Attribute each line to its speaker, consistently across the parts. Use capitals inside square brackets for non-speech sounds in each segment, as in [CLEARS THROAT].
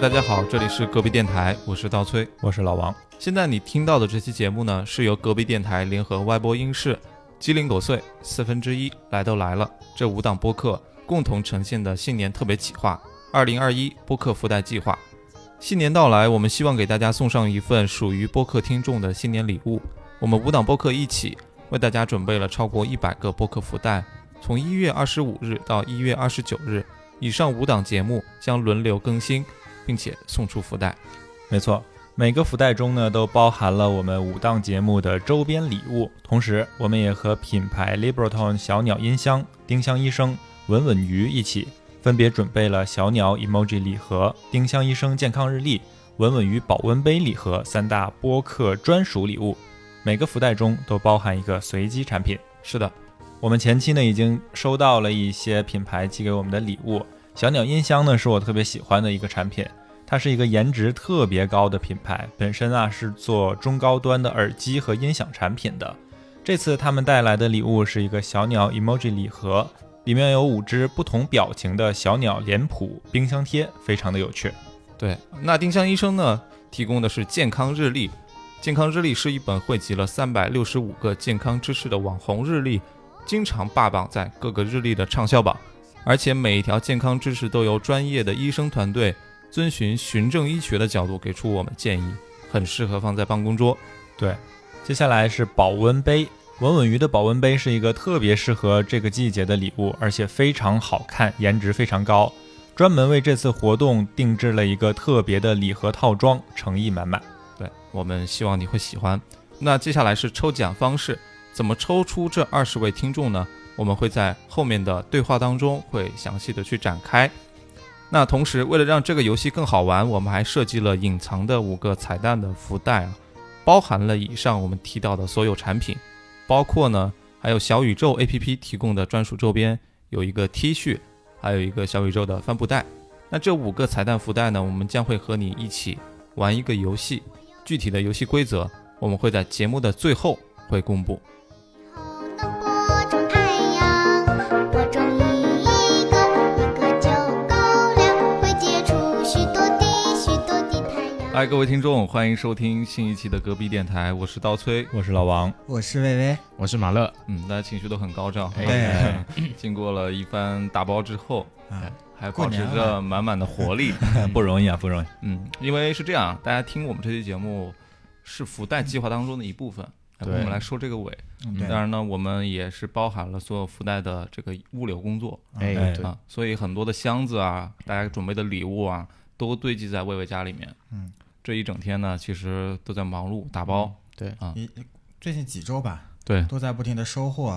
Speaker 1: 大家好，这里是隔壁电台，我是稻崔。
Speaker 2: 我是老王，
Speaker 1: 现在你听到的这期节目呢，是由隔壁电台联合歪播音室、鸡零狗碎、四分之一来都来了这五档播客共同呈现的新年特别企划“二零二一播客附带计划”。新年到来，我们希望给大家送上一份属于播客听众的新年礼物。我们五档播客一起为大家准备了超过一百个播客福袋，从一月二十五日到一月二十九日，以上五档节目将轮流更新，并且送出福袋。
Speaker 2: 没错，每个福袋中呢都包含了我们五档节目的周边礼物，同时我们也和品牌 Libertone 小鸟音箱、丁香医生、稳稳鱼一起，分别准备了小鸟 emoji 礼盒、丁香医生健康日历、稳稳鱼保温杯礼盒三大播客专属礼物。每个福袋中都包含一个随机产品。
Speaker 1: 是的，
Speaker 2: 我们前期呢已经收到了一些品牌寄给我们的礼物，小鸟音箱呢是我特别喜欢的一个产品，它是一个颜值特别高的品牌，本身啊是做中高端的耳机和音响产品的。这次他们带来的礼物是一个小鸟 emoji 礼盒，里面有五只不同表情的小鸟脸谱冰箱贴，非常的有趣。
Speaker 1: 对，那丁香医生呢提供的是健康日历。健康日历是一本汇集了三百六十五个健康知识的网红日历，经常霸榜在各个日历的畅销榜，而且每一条健康知识都由专业的医生团队遵循循证医学的角度给出我们建议，很适合放在办公桌。
Speaker 2: 对，接下来是保温杯。稳稳鱼的保温杯是一个特别适合这个季节的礼物，而且非常好看，颜值非常高。专门为这次活动定制了一个特别的礼盒套装，诚意满满。
Speaker 1: 对我们希望你会喜欢。那接下来是抽奖方式，怎么抽出这二十位听众呢？我们会在后面的对话当中会详细的去展开。那同时，为了让这个游戏更好玩，我们还设计了隐藏的五个彩蛋的福袋啊，包含了以上我们提到的所有产品，包括呢还有小宇宙 APP 提供的专属周边，有一个 T 恤，还有一个小宇宙的帆布袋。那这五个彩蛋福袋呢，我们将会和你一起玩一个游戏，具体的游戏规则我们会在节目的最后会公布。
Speaker 3: 灯火中太阳，我种一个，一个就够了，会结出许多的许多的太阳。
Speaker 1: 嗨，各位听众，欢迎收听新一期的隔壁电台，我是刀崔。
Speaker 2: 我是老 [LAUGHS] 王，
Speaker 4: 我是薇薇，
Speaker 5: 我是马乐，
Speaker 1: 嗯，大家情绪都很高涨。
Speaker 4: 哎，
Speaker 1: 经过了一番打包之后，
Speaker 4: 啊
Speaker 1: 还
Speaker 4: 过
Speaker 1: 保持
Speaker 4: 年了
Speaker 1: 着满满的活力。
Speaker 2: 不容易啊，不容易。
Speaker 1: [LAUGHS] 嗯，因为是这样，大家听我们这期节目是福袋计划当中的一部分，哎
Speaker 5: 对
Speaker 1: 我们来收这个尾。
Speaker 4: 嗯
Speaker 1: 当
Speaker 4: 对，
Speaker 1: 然呢，我们也是包含了所有福袋的这个物流工作
Speaker 4: 嗯
Speaker 5: 哎
Speaker 2: 哎，
Speaker 5: 对，
Speaker 1: 啊，所以很多的箱子啊，大家准备的礼物啊，都堆积在魏魏家里面。
Speaker 4: 嗯，
Speaker 1: 这一整天呢，其实都在忙碌打包。
Speaker 4: 一最近几周吧，
Speaker 1: 对，
Speaker 4: 都在不停的收获，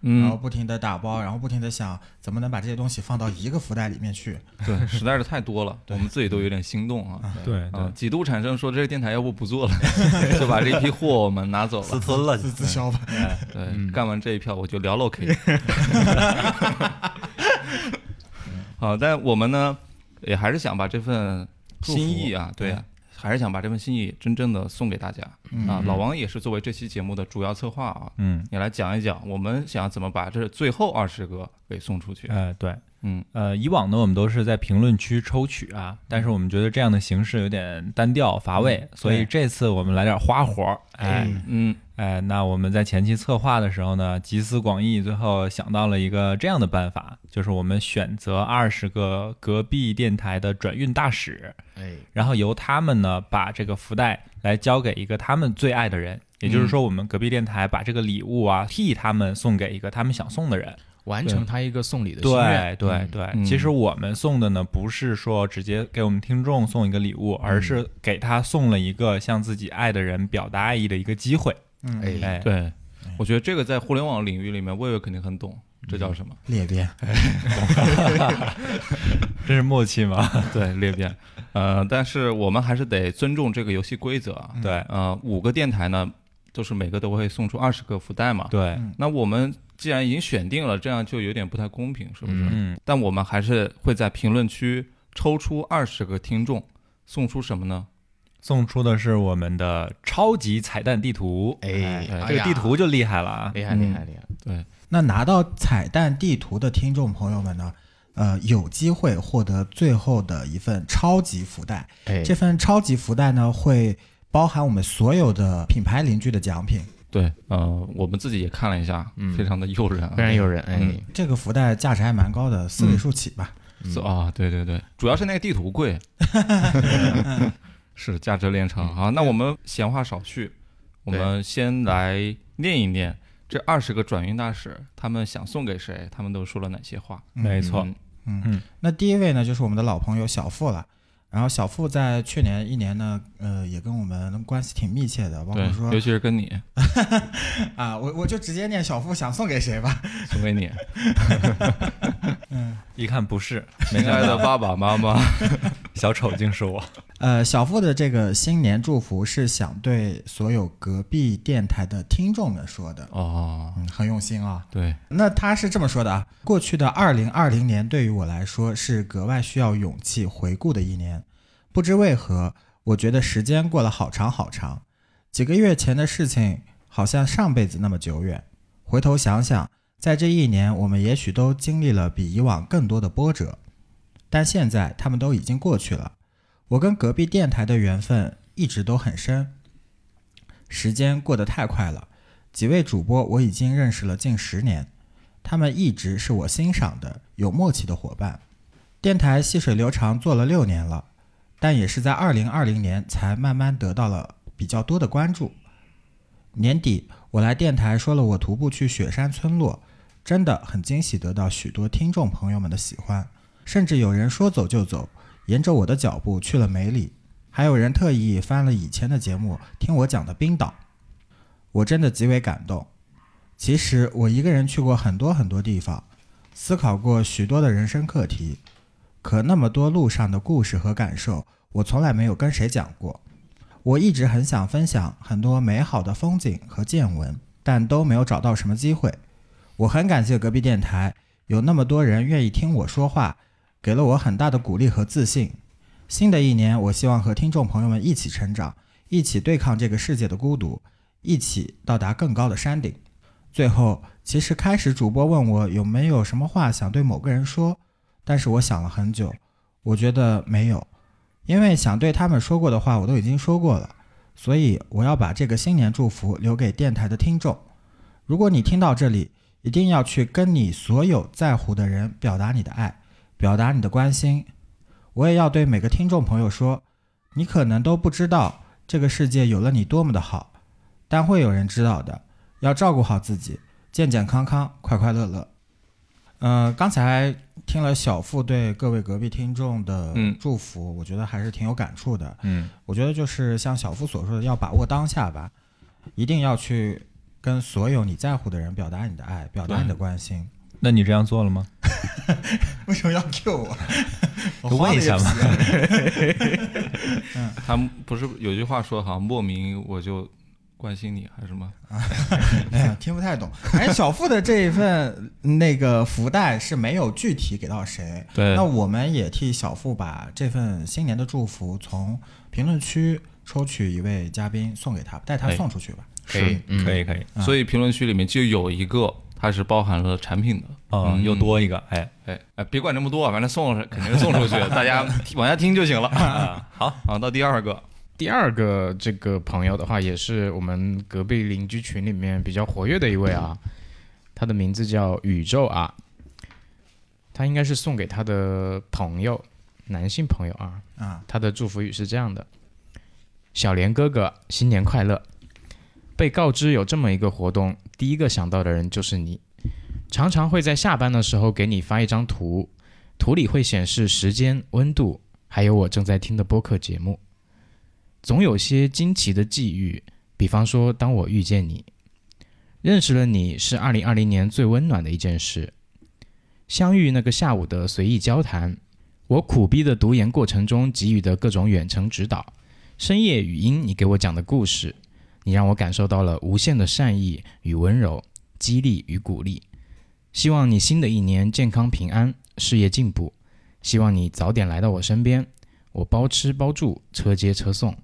Speaker 4: 然后
Speaker 1: 嗯，
Speaker 4: 不停的打包，然后不停的想怎么能把这些东西放到一个福袋里面去。
Speaker 1: 对，实在是太多了，我们自己都有点心动啊。
Speaker 2: 对
Speaker 1: 啊
Speaker 4: 嗯
Speaker 2: 对，，
Speaker 1: 几度产生说这个电台要不不做了， [LAUGHS] 就把这批货我们拿走了。
Speaker 2: 吞了
Speaker 4: 自自消吧，
Speaker 1: 对，干完这一票我就聊 [LAUGHS] OK。好，但我们呢也还是想把这份心意啊，
Speaker 4: 祝福
Speaker 1: 对啊，还是想把这份心意真正的送给大家啊。老王也是作为这期节目的主要策划啊，
Speaker 2: 嗯，
Speaker 1: 你来讲一讲我们想要怎么把这最后二十个给送出去。
Speaker 2: 哎，对，
Speaker 1: 嗯，
Speaker 2: 呃，以往呢，我们都是在评论区抽取啊，但是我们觉得这样的形式有点单调乏味，所以
Speaker 4: 对
Speaker 2: 这次我们来点花活儿，哎，
Speaker 1: 嗯，
Speaker 2: 哎，那我们在前期策划的时候呢，集思广益，最后想到了一个这样的办法，就是我们选择二十个隔壁电台的转运大使，
Speaker 5: 哎，
Speaker 2: 然后由他们呢把这个福袋来交给一个他们最爱的人，也就是说，我们隔壁电台把这个礼物啊替他们送给一个他们想送的人。
Speaker 5: 完
Speaker 2: 对
Speaker 5: 成他一个送礼的心
Speaker 2: 对
Speaker 5: 愿，
Speaker 2: 对
Speaker 5: 嗯，
Speaker 2: 对，
Speaker 1: 嗯
Speaker 2: 其实我们送的呢，不是说直接给我们听众送一个礼物，而是给他送了一个向自己爱的人表达爱意的一个机会。
Speaker 4: 嗯，
Speaker 5: 哎，
Speaker 2: 哎，
Speaker 1: 对，我觉得这个在互联网领域里面，魏魏肯定很懂，这叫什么？
Speaker 4: 裂变，
Speaker 2: 真是默契嘛。
Speaker 1: [LAUGHS] 对，裂变。呃，但是我们还是得尊重这个游戏规则啊。
Speaker 2: 对
Speaker 1: 呃，五个电台呢，就是每个都会送出二十个福袋嘛。
Speaker 2: 对，
Speaker 1: 那我们既然已经选定了，这样就有点不太公平，是不是？
Speaker 2: 嗯，
Speaker 1: 但我们还是会在评论区抽出二十个听众，送出什么呢？
Speaker 2: 送出的是我们的超级彩蛋地图。
Speaker 5: 哎哎
Speaker 2: 这个
Speaker 5: 呀
Speaker 2: 地
Speaker 5: 哎
Speaker 2: 图就厉害了啊！
Speaker 5: 厉害厉害厉害，
Speaker 1: 对，
Speaker 4: 那拿到彩蛋地图的听众朋友们呢，呃有机会获得最后的一份超级福袋。
Speaker 5: 哎，
Speaker 4: 这份超级福袋呢，会包含我们所有的品牌邻居的奖品。
Speaker 1: 对，呃，我们自己也看了一下，
Speaker 5: 嗯
Speaker 1: 非常的诱人啊，
Speaker 5: 非常诱人，哎，
Speaker 1: 嗯
Speaker 4: 这个福袋价值还蛮高的，四位数起吧。
Speaker 1: 是啊，对对对，主要是那个地图 [LAUGHS] 贵，是价值连城啊。那我们闲话少叙，我们先来念一念这二十个转运大使，他们想送给谁，他们都说了哪些话。
Speaker 2: 没错，
Speaker 1: 嗯
Speaker 4: 那第一位呢，就是我们的老朋友小付了。然后小付在去年一年呢，呃，也跟我们关系挺密切的，包括
Speaker 1: 对，
Speaker 4: 说
Speaker 1: 尤其是跟你，
Speaker 4: 啊，我我就直接念小付想送给谁吧。
Speaker 1: 送给 [LAUGHS] 你，
Speaker 2: 一看不是，没
Speaker 1: 亲
Speaker 2: 想
Speaker 1: 爱的
Speaker 2: 到
Speaker 1: 爸爸妈妈，
Speaker 2: 小丑竟是我。
Speaker 4: 呃，小付的这个新年祝福是想对所有隔壁电台的听众们说的，
Speaker 1: [LAUGHS] 哦，
Speaker 4: 嗯，很用心啊。
Speaker 1: 对，
Speaker 4: 那他是这么说的啊，过去的二零二零年对于我来说是格外需要勇气回顾的一年。不知为何，我觉得时间过了好长好长，几个月前的事情好像上辈子那么久远。回头想想，在这一年，我们也许都经历了比以往更多的波折，但现在他们都已经过去了。我跟隔壁电台的缘分一直都很深，时间过得太快了。几位主播我已经认识了近十年，他们一直是我欣赏的有默契的伙伴。电台细水流长做了六年了，但也是在二零二零年才慢慢得到了比较多的关注。年底我来电台说了我徒步去雪山村落，真的很惊喜得到许多听众朋友们的喜欢，甚至有人说走就走，沿着我的脚步去了梅里，还有人特意翻了以前的节目听我讲的冰岛。我真的极为感动。其实我一个人去过很多很多地方，思考过许多的人生课题，可那么多路上的故事和感受，我从来没有跟谁讲过。我一直很想分享很多美好的风景和见闻，但都没有找到什么机会。我很感谢隔壁电台有那么多人愿意听我说话，给了我很大的鼓励和自信。新的一年，我希望和听众朋友们一起成长，一起对抗这个世界的孤独，一起到达更高的山顶。最后，其实开始主播问我有没有什么话想对某个人说，但是我想了很久，我觉得没有，因为想对他们说过的话我都已经说过了，所以我要把这个新年祝福留给电台的听众。如果你听到这里，一定要去跟你所有在乎的人表达你的爱，表达你的关心。我也要对每个听众朋友说，你可能都不知道这个世界有了你多么的好，但会有人知道的。要照顾好自己，健健康康，快快乐乐。呃，刚才听了小付对各位隔壁听众的
Speaker 1: 嗯
Speaker 4: 祝福，我觉得还是挺有感触的。
Speaker 2: 嗯，
Speaker 4: 我觉得就是像小付所说的，要把握当下吧，一定要去跟所有你在乎的人表达你的爱，表达你的关心。
Speaker 2: 那你这样做了吗？
Speaker 4: [LAUGHS] 为什么要 Q [LAUGHS] 我？
Speaker 2: 为什么？
Speaker 1: 他们不是有句话说，好像莫名我就关心你还是什么？
Speaker 4: 哎呀，听不太懂。哎，小付的这一份那个福袋是没有具体给到谁。
Speaker 1: 对
Speaker 4: 那我们也替小付把这份新年的祝福从评论区抽取一位嘉宾送给他，带他
Speaker 1: 哎
Speaker 4: 送出去吧。
Speaker 5: 可以，嗯
Speaker 2: 可以，可以。
Speaker 1: 所以评论区里面就有一个，它是包含了产品的。
Speaker 2: 嗯，又多一个，哎，
Speaker 1: 哎哎，别管这么多，反正送是肯定是送出去，大家听往下听就行了。啊， [LAUGHS] 好啊，到第二个，
Speaker 5: 第二个这个朋友的话，也是我们隔壁邻居群里面比较活跃的一位啊，他的名字叫宇宙啊，他应该是送给他的朋友，男性朋友啊，
Speaker 4: 啊，
Speaker 5: 他的祝福语是这样的：小莲哥哥，新年快乐！被告知有这么一个活动，第一个想到的人就是你。常常会在下班的时候给你发一张图，图里会显示时间、温度，还有我正在听的播客节目。总有些惊奇的际遇，比方说，当我遇见你，认识了你是2020年最温暖的一件事。相遇那个下午的随意交谈，我苦逼的读研过程中给予的各种远程指导，深夜语音你给我讲的故事，你让我感受到了无限的善意与温柔，激励与鼓励。希望你新的一年健康平安，事业进步。希望你早点来到我身边，我包吃包住，车接车送。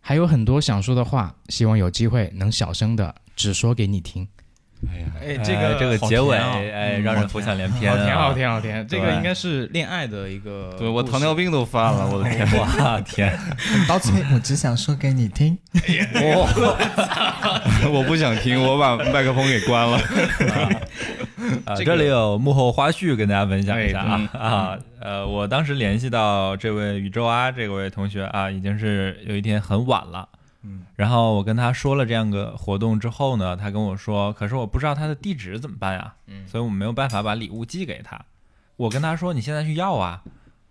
Speaker 5: 还有很多想说的话，希望有机会能小声的只说给你听。哎呀，
Speaker 2: 哎，
Speaker 5: 哎
Speaker 2: 这个这个
Speaker 5: 好
Speaker 2: 结
Speaker 5: 甜
Speaker 2: 尾，
Speaker 5: 啊
Speaker 2: 哎，
Speaker 4: 嗯
Speaker 2: 让人
Speaker 4: 好
Speaker 2: 浮
Speaker 4: 甜
Speaker 2: 想联翩
Speaker 5: 好
Speaker 2: 啊。
Speaker 5: 甜，好甜，好甜！这个
Speaker 2: 对
Speaker 5: 应该是恋爱的一个，
Speaker 1: 对我糖尿，病都犯了，我的天！
Speaker 2: [LAUGHS] 哇啊天，
Speaker 4: 刀崔，
Speaker 1: [LAUGHS]
Speaker 4: 我只想说给你听，
Speaker 1: [LAUGHS] 我不想听，我把麦克风给关了。
Speaker 2: 啊，
Speaker 5: 这个嗯
Speaker 2: 这里有幕后花絮跟大家分享一下啊
Speaker 1: 哎
Speaker 2: 啊，呃，我当时联系到这位宇宙啊这位同学啊，已经是有一天很晚了，嗯，然后我跟他说了这样个活动之后呢，他跟我说，可是我不知道他的地址怎么办呀，
Speaker 5: 嗯
Speaker 2: 所以我没有办法把礼物寄给他。我跟他说，你现在去要啊，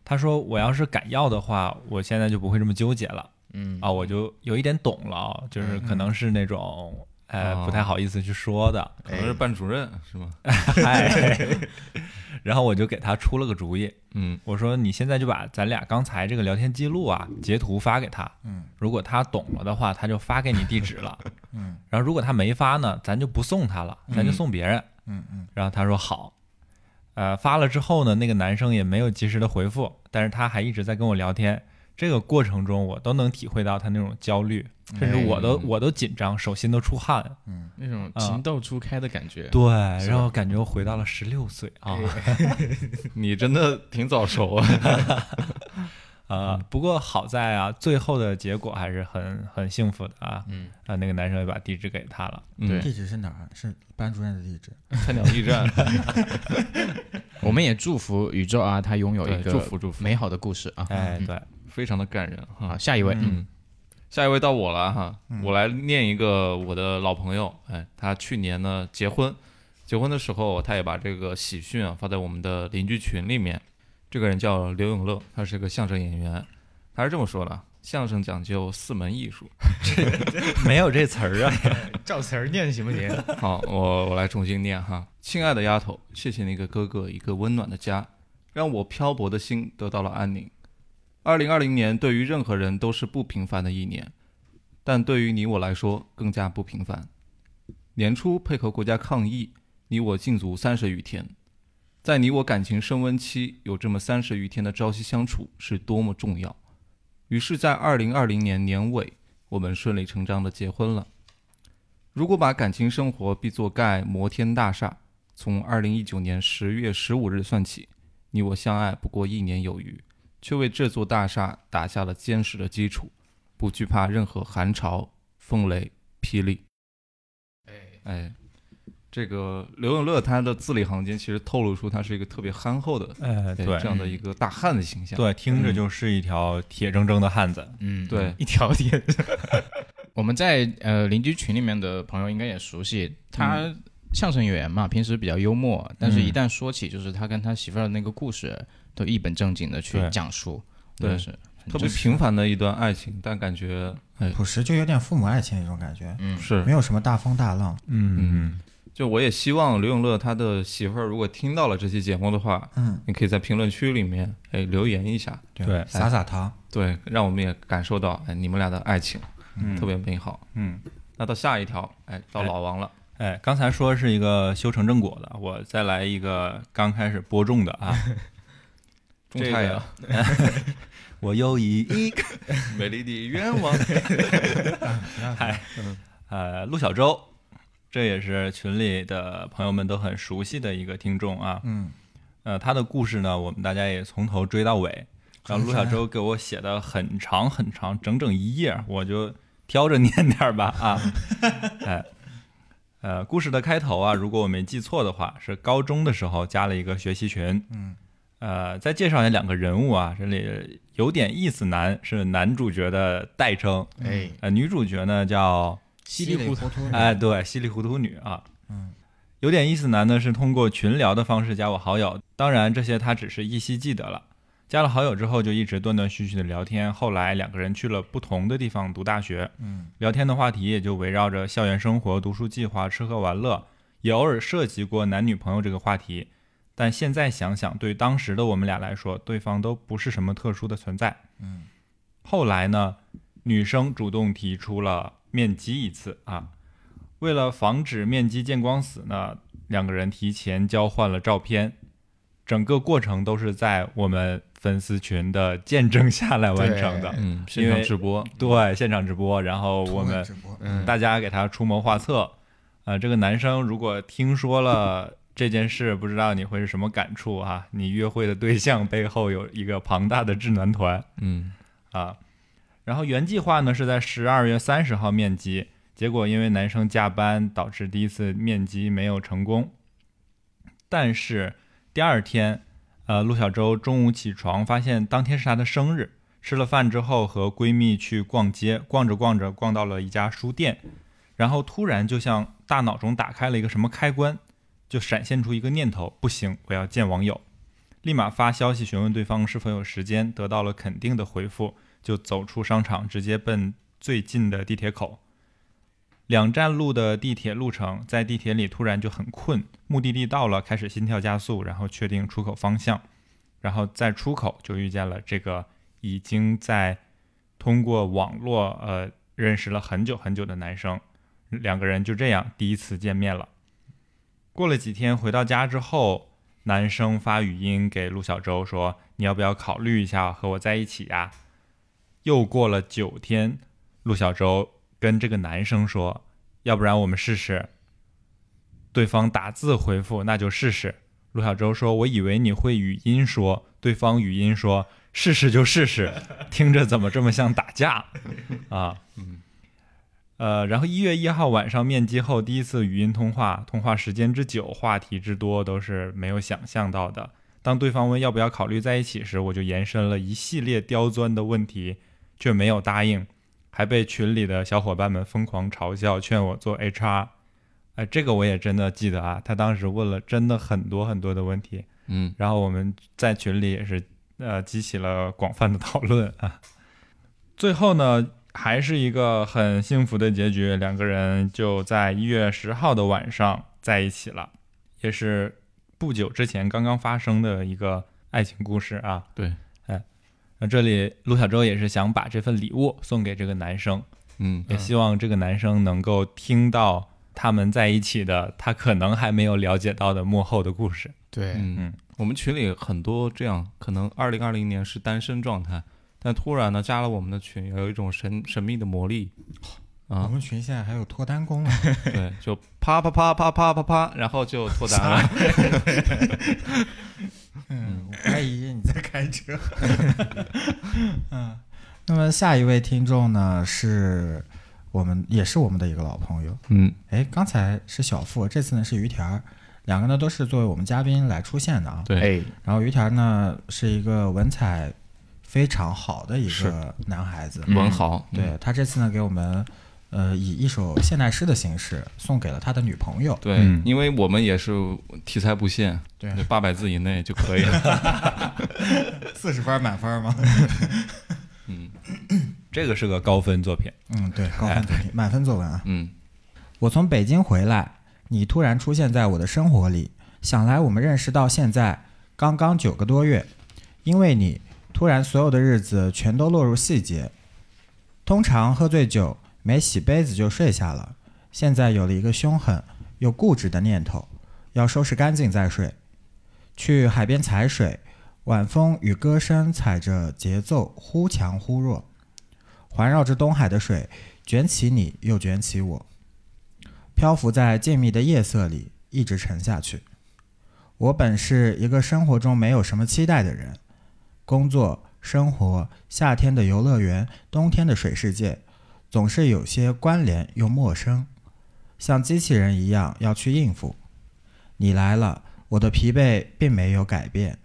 Speaker 2: 他说我要是敢要的话，我现在就不会这么纠结了。
Speaker 5: 嗯
Speaker 2: 啊，我就有一点懂了啊，就是可能是那种呃
Speaker 5: 嗯
Speaker 1: 哦
Speaker 2: 不太好意思去说的，
Speaker 1: 可能是班主任是吗？
Speaker 2: [LAUGHS] 哎，然后我就给他出了个主意，
Speaker 1: 嗯，
Speaker 2: 我说你现在就把咱俩刚才这个聊天记录啊截图发给他，
Speaker 4: 嗯，
Speaker 2: 如果他懂了的话，他就发给你地址 [LAUGHS] 了，
Speaker 4: 嗯，
Speaker 2: 然后如果他没发呢，咱就不送他了，咱就
Speaker 1: 嗯
Speaker 2: 送别人。
Speaker 4: 嗯嗯，
Speaker 2: 然后他说好，呃，发了之后呢，那个男生也没有及时的回复，但是他还一直在跟我聊天。这个过程中，我都能体会到他那种焦虑，甚至我都、
Speaker 1: 嗯
Speaker 2: 我都紧张，手心都出汗。
Speaker 5: 那种
Speaker 2: 啊
Speaker 5: 情窦初开的感觉，
Speaker 2: 对，然后感觉我回到了十六岁啊
Speaker 1: 你真的挺早熟啊。
Speaker 2: 啊、不过好在啊，最后的结果还是很很幸福的啊。
Speaker 5: 嗯
Speaker 2: 啊，那个男生也把地址给他了。
Speaker 1: 嗯
Speaker 5: 对
Speaker 4: 地址是哪儿？是班主任的地址。
Speaker 1: 菜鸟驿站，
Speaker 5: 我们也祝福宇宙啊，他拥有一个
Speaker 1: 对祝福祝福
Speaker 5: 美好的故事啊！
Speaker 2: 哎，对，
Speaker 1: 非常的感人
Speaker 5: 好，
Speaker 1: 哈。
Speaker 5: 下一位，
Speaker 1: 嗯，下一位到我了哈，我来念一个我的老朋友，哎，他去年呢结婚，结婚的时候他也把这个喜讯啊发在我们的邻居群里面。这个人叫刘永乐，他是个相声演员，他是这么说的：相声讲究四门艺术。
Speaker 2: 没有这词儿啊。
Speaker 5: 照词儿念行不行？
Speaker 1: [LAUGHS] 好，我我来重新念哈。亲爱的丫头，谢谢那个哥哥一个温暖的家，让我漂泊的心得到了安宁。二零二零年对于任何人都是不平凡的一年，但对于你我来说更加不平凡。年初配合国家抗疫，你我禁足三十余天，在你我感情升温期，有这么三十余天的朝夕相处是多么重要。于是，在二零二零年年尾，我们顺理成章的结婚了。如果把感情生活比作盖摩天大厦，从二零一九年十月十五日算起，你我相爱不过一年有余，却为这座大厦打下了坚实的基础，不惧怕任何寒潮、风雷、霹雳。哎，这个刘永乐他的字里行间其实透露出他是一个特别憨厚的，
Speaker 2: [LAUGHS] 哎，
Speaker 1: 哎
Speaker 2: 对
Speaker 1: 这样的一个大汉的形象。
Speaker 2: 对，听着就是一条铁铮铮的汉子。
Speaker 5: 嗯，
Speaker 1: 对
Speaker 5: 一
Speaker 1: [LAUGHS]
Speaker 5: 条街。我们在呃邻居群里面的朋友应该也熟悉他。
Speaker 1: 嗯
Speaker 5: 相声演员嘛，平时比较幽默，但是一旦说起就是他跟他媳妇儿的那个故事，都一本正经的去
Speaker 2: 对
Speaker 5: 讲述，
Speaker 1: 对
Speaker 5: 真的是
Speaker 1: 特别平凡的一段爱情，但感觉哎
Speaker 4: 朴实就有点父母爱情那种感觉，
Speaker 1: 是
Speaker 4: 没有什么大风大浪。
Speaker 2: 嗯
Speaker 1: 就我也希望刘永乐他的媳妇儿如果听到了这期节目的话，
Speaker 4: 嗯，
Speaker 1: 你可以在评论区里面哎留言一下，
Speaker 2: 对
Speaker 4: 撒撒糖。
Speaker 1: 对，让我们也感受到哎你们俩的爱情，
Speaker 2: 嗯
Speaker 1: 特别美好。
Speaker 2: 嗯。
Speaker 1: 那到下一条，哎，到老王了，
Speaker 2: 哎，刚才说是一个修成正果的，我再来一个刚开始播种的啊，
Speaker 1: 种菜啊呀，
Speaker 2: [LAUGHS] 我又以一个
Speaker 1: 美丽的愿望，
Speaker 2: 呃陆小舟，这也是群里的朋友们都很熟悉的一个听众啊，
Speaker 4: 嗯，
Speaker 2: 呃，他的故事呢，我们大家也从头追到尾。然后陆小舟给我写的很长很长，整整一页，我就挑着念点儿吧啊。 [LAUGHS] 哎，呃，故事的开头啊，如果我没记错的话，是高中的时候加了一个学习群。
Speaker 4: 嗯。
Speaker 2: 呃，再介绍一下两个人物啊，这里有点意思男是男主角的代称，
Speaker 5: 哎，
Speaker 4: 嗯
Speaker 2: 呃，女主角呢叫
Speaker 5: 稀里糊涂，
Speaker 4: 涂
Speaker 2: 哎，对，稀里糊涂女啊，
Speaker 4: 嗯，
Speaker 2: 有点意思男呢是通过群聊的方式加我好友，当然这些他只是依稀记得了。加了好友之后就一直断断续续的聊天，后来两个人去了不同的地方读大学，
Speaker 4: 嗯，
Speaker 2: 聊天的话题也就围绕着校园生活、读书计划、吃喝玩乐，也偶尔涉及过男女朋友这个话题。但现在想想，对于当时的我们俩来说，对方都不是什么特殊的存在。
Speaker 4: 嗯，
Speaker 2: 后来呢，女生主动提出了面基一次啊，为了防止面基见光死呢，两个人提前交换了照片，整个过程都是在我们粉丝群的见证下来完成的。
Speaker 1: [LAUGHS] 嗯，现场直播，
Speaker 2: 对，现场直播，然后我
Speaker 4: 图文
Speaker 2: 们
Speaker 4: 直播，
Speaker 5: 嗯，
Speaker 2: 大家给他出谋划策，呃，这个男生如果听说了这件事，不知道你会是什么感触啊？你约会的对象背后有一个庞大的智囊团
Speaker 1: 嗯
Speaker 2: 啊。然后原计划呢是在十二月三十号面基，结果因为男生加班导致第一次面基没有成功。但是第二天，呃，陆小舟中午起床发现当天是她的生日，吃了饭之后和闺蜜去逛街，逛着逛着逛到了一家书店，然后突然就像大脑中打开了一个什么开关，就闪现出一个念头：不行，我要见网友。立马发消息询问对方是否有时间，得到了肯定的回复，就走出商场，直接奔最近的地铁口。两站路的地铁路程，在地铁里突然就很困，目的地到了，开始心跳加速，然后确定出口方向，然后在出口就遇见了这个已经在通过网络呃认识了很久很久的男生，两个人就这样第一次见面了。过了几天回到家之后，男生发语音给陆小舟说：“你要不要考虑一下和我在一起呀、又过了九天，陆小舟跟这个男生说：“要不然我们试试。”对方打字回复：“那就试试。”陆小舟说：“我以为你会语音说。”对方语音说：“试试就试试。”听着怎么这么像打架啊？呃，然后一月一号晚上面基后第一次语音通话，通话时间之久，话题之多都是没有想象到的。当对方问要不要考虑在一起时，我就延伸了一系列刁钻的问题，却没有答应，还被群里的小伙伴们疯狂嘲笑，劝我做 HR。哎，这个我也真的记得啊，他当时问了真的很多很多的问题，
Speaker 1: 嗯，
Speaker 2: 然后我们在群里也是呃激起了广泛的讨论啊。 [LAUGHS] 最后呢，还是一个很幸福的结局，两个人就在一月十号的晚上在一起了，也是不久之前刚刚发生的一个爱情故事啊。
Speaker 1: 对，
Speaker 2: 哎，那这里陆小舟也是想把这份礼物送给这个男生，
Speaker 1: 嗯
Speaker 2: 也希望这个男生能够听到他们在一起的，他可能还没有了解到的幕后的故事。
Speaker 5: 对，
Speaker 1: 嗯
Speaker 2: 嗯，
Speaker 1: 我们群里很多这样，可能二零二零年是单身状态，但突然呢加了我们的群，有一种神神秘的魔力
Speaker 4: 我
Speaker 1: 啊，
Speaker 4: 们群现在还有脱单功了，
Speaker 1: 对，就啪啪啪啪啪啪啪，然后就脱单了。
Speaker 4: 嗯，我怀疑你在开车。嗯，那么下一位听众呢，是我们也是我们的一个老朋友，
Speaker 1: 嗯
Speaker 4: 哎，刚才是小付，这次呢是于田儿，两个呢都是作为我们嘉宾来出现的啊。
Speaker 1: 对
Speaker 5: 哎，
Speaker 4: 然后于田儿呢是一个文采非常好的一
Speaker 1: 是嗯
Speaker 4: 个男孩子，
Speaker 1: 文豪，
Speaker 4: 嗯对他这次呢给我们呃以一首现代诗的形式送给了他的女朋友。
Speaker 1: 对
Speaker 2: 嗯，
Speaker 1: 因为我们也是题材不限，
Speaker 4: 对
Speaker 1: 八百字以内就可以
Speaker 4: [LAUGHS]
Speaker 1: 了。
Speaker 4: 四十分满分吗？
Speaker 2: 这个是个高分作品。
Speaker 4: 嗯，对，高分作品，满分作文啊。
Speaker 1: 嗯
Speaker 4: 我从北京回来，你突然出现在我的生活里。想来我们认识到现在刚刚九个多月，因为你突然所有的日子全都落入细节。通常喝醉酒没洗杯子就睡下了，现在有了一个凶狠又固执的念头，要收拾干净再睡。去海边踩水，晚风与歌声踩着节奏忽强忽弱，环绕着东海的水卷起你又卷起我。漂浮在静谧的夜色里，一直沉下去。我本是一个生活中没有什么期待的人，工作、生活、夏天的游乐园、冬天的水世界，总是有些关联又陌生，像机器人一样要去应付。你来了，我的疲惫并没有改变，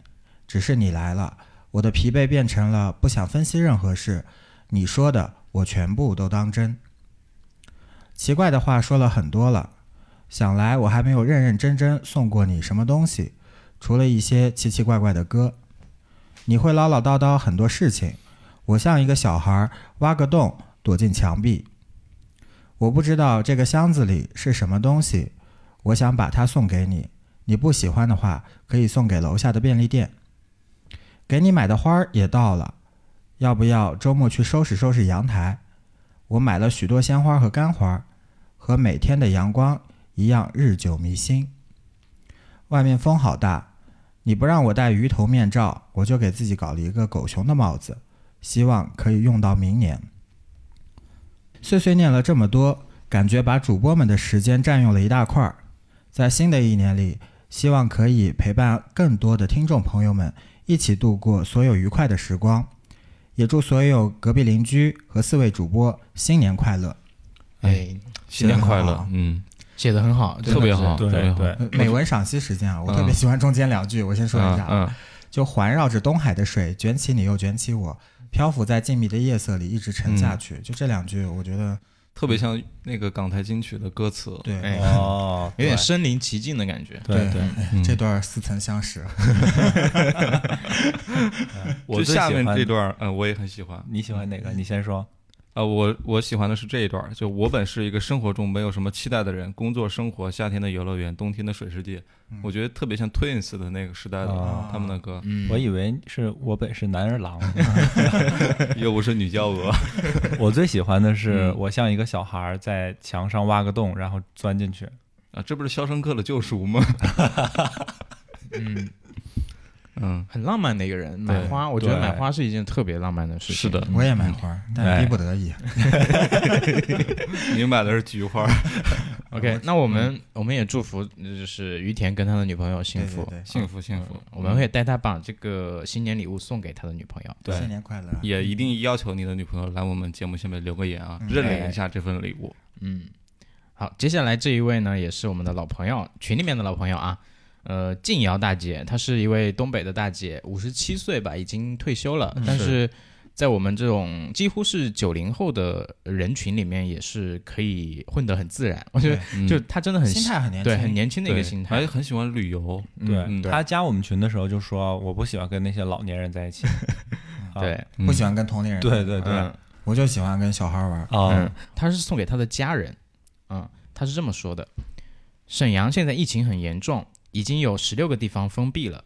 Speaker 4: 只是你来了，我的疲惫变成了不想分析任何事，你说的我全部都当真。奇怪的话说了很多了，想来我还没有认认真真送过你什么东西，除了一些奇奇怪怪的歌。你会唠唠叨叨很多事情，我像一个小孩挖个洞躲进墙壁。我不知道这个箱子里是什么东西，我想把它送给你。你不喜欢的话，可以送给楼下的便利店。给你买的花儿也到了，要不要周末去收拾收拾阳台？我买了许多鲜花和干花，和每天的阳光一样日久弥新。外面风好大，你不让我戴鱼头面罩，我就给自己搞了一个狗熊的帽子，希望可以用到明年。碎碎念了这么多，感觉把主播们的时间占用了一大块儿。在新的一年里，希望可以陪伴更多的听众朋友们，一起度过所有愉快的时光。也祝所有隔壁邻居和四位主播新年快乐！
Speaker 5: 哎，
Speaker 1: 新年快乐
Speaker 4: 写得很好，
Speaker 1: 嗯，
Speaker 5: 写的很好，真的
Speaker 1: 特别
Speaker 5: 是
Speaker 1: 好，
Speaker 2: 对
Speaker 1: 特别好，
Speaker 2: 对
Speaker 4: 呃美文赏析时间啊，我特别
Speaker 1: 嗯
Speaker 4: 喜欢中间两句，我先说一下啊。
Speaker 1: 嗯
Speaker 4: 就环绕着东海的水，卷起你又卷起我，漂浮在静谧的夜色里，一直沉下去。就这两句，我觉得
Speaker 1: 特别像那个港台金曲的歌词，啊
Speaker 4: 对、
Speaker 5: 哎
Speaker 2: 哦，
Speaker 5: [LAUGHS] 有点
Speaker 2: 对
Speaker 5: 身临其境的感觉。
Speaker 2: 对对，
Speaker 1: 嗯
Speaker 4: 这段似曾相识。
Speaker 1: 我就
Speaker 2: 最喜
Speaker 1: 下面
Speaker 2: 欢
Speaker 1: 这段，嗯，我也很喜欢。
Speaker 2: 你喜欢哪个？你先说。
Speaker 1: 啊，我我喜欢的是这一段儿，就我本是一个生活中没有什么期待的人，工作、生活、夏天的游乐园，冬天的水世界，
Speaker 4: 嗯
Speaker 1: 我觉得特别像 Twins 的那个时代的、
Speaker 4: 啊
Speaker 2: 哦
Speaker 1: 他们的歌，
Speaker 5: 嗯，
Speaker 2: 我以为是我本是男儿郎，
Speaker 1: [LAUGHS] 又不是女娇娥，
Speaker 2: 我最喜欢的是
Speaker 1: 嗯
Speaker 2: 我像一个小孩儿在墙上挖个洞，然后钻进去。
Speaker 1: 啊，这不是《肖申克的救赎》
Speaker 4: [LAUGHS]
Speaker 1: 吗？
Speaker 5: 嗯，
Speaker 1: 嗯，
Speaker 5: 很浪漫的一个人。买花，我觉得
Speaker 2: 对
Speaker 5: 买花是一件特别浪漫的事情。
Speaker 1: 是的，
Speaker 4: 我也买花儿，但逼不得已。
Speaker 1: [LAUGHS] 你买的是菊花儿，
Speaker 5: 嗯 OK，那我
Speaker 4: 嗯
Speaker 5: 们我们也祝福，就是于田跟他的女朋友幸福
Speaker 4: 对。对
Speaker 1: 幸福幸福，
Speaker 5: 我们会带他把这个新年礼物送给他的女朋友。
Speaker 4: 对，
Speaker 1: 对
Speaker 4: 新年快乐！啊
Speaker 1: 也一定要求你的女朋友来我们节目下面留个言啊，认领一下这份礼物。
Speaker 5: 嗯，好，接下来这一位呢，也是我们的老朋友，群里面的老朋友啊，呃，静瑶大姐，她是一位东北的大姐，五十七岁吧，已经退休
Speaker 4: 嗯
Speaker 5: 了，但是在我们这种几乎是九零后的人群里面，也是可以混得很自然。我觉得，
Speaker 1: 嗯
Speaker 5: 就她真的很
Speaker 4: 心态很年轻，
Speaker 5: 哎对很哎年轻的一个
Speaker 1: 对
Speaker 5: 心态
Speaker 1: 还。很喜欢旅游，嗯
Speaker 2: 他加我们群的时候就说我不喜欢跟那些老年人在一起。啊
Speaker 5: 对，
Speaker 1: 嗯
Speaker 4: 不喜欢跟同龄人。
Speaker 2: 对对对
Speaker 5: 嗯
Speaker 4: 我就喜欢跟小孩玩儿。
Speaker 2: 啊
Speaker 5: 嗯，他是送给他的家人，嗯，他是这么说的：沈阳现在疫情很严重，已经有十六个地方封闭了。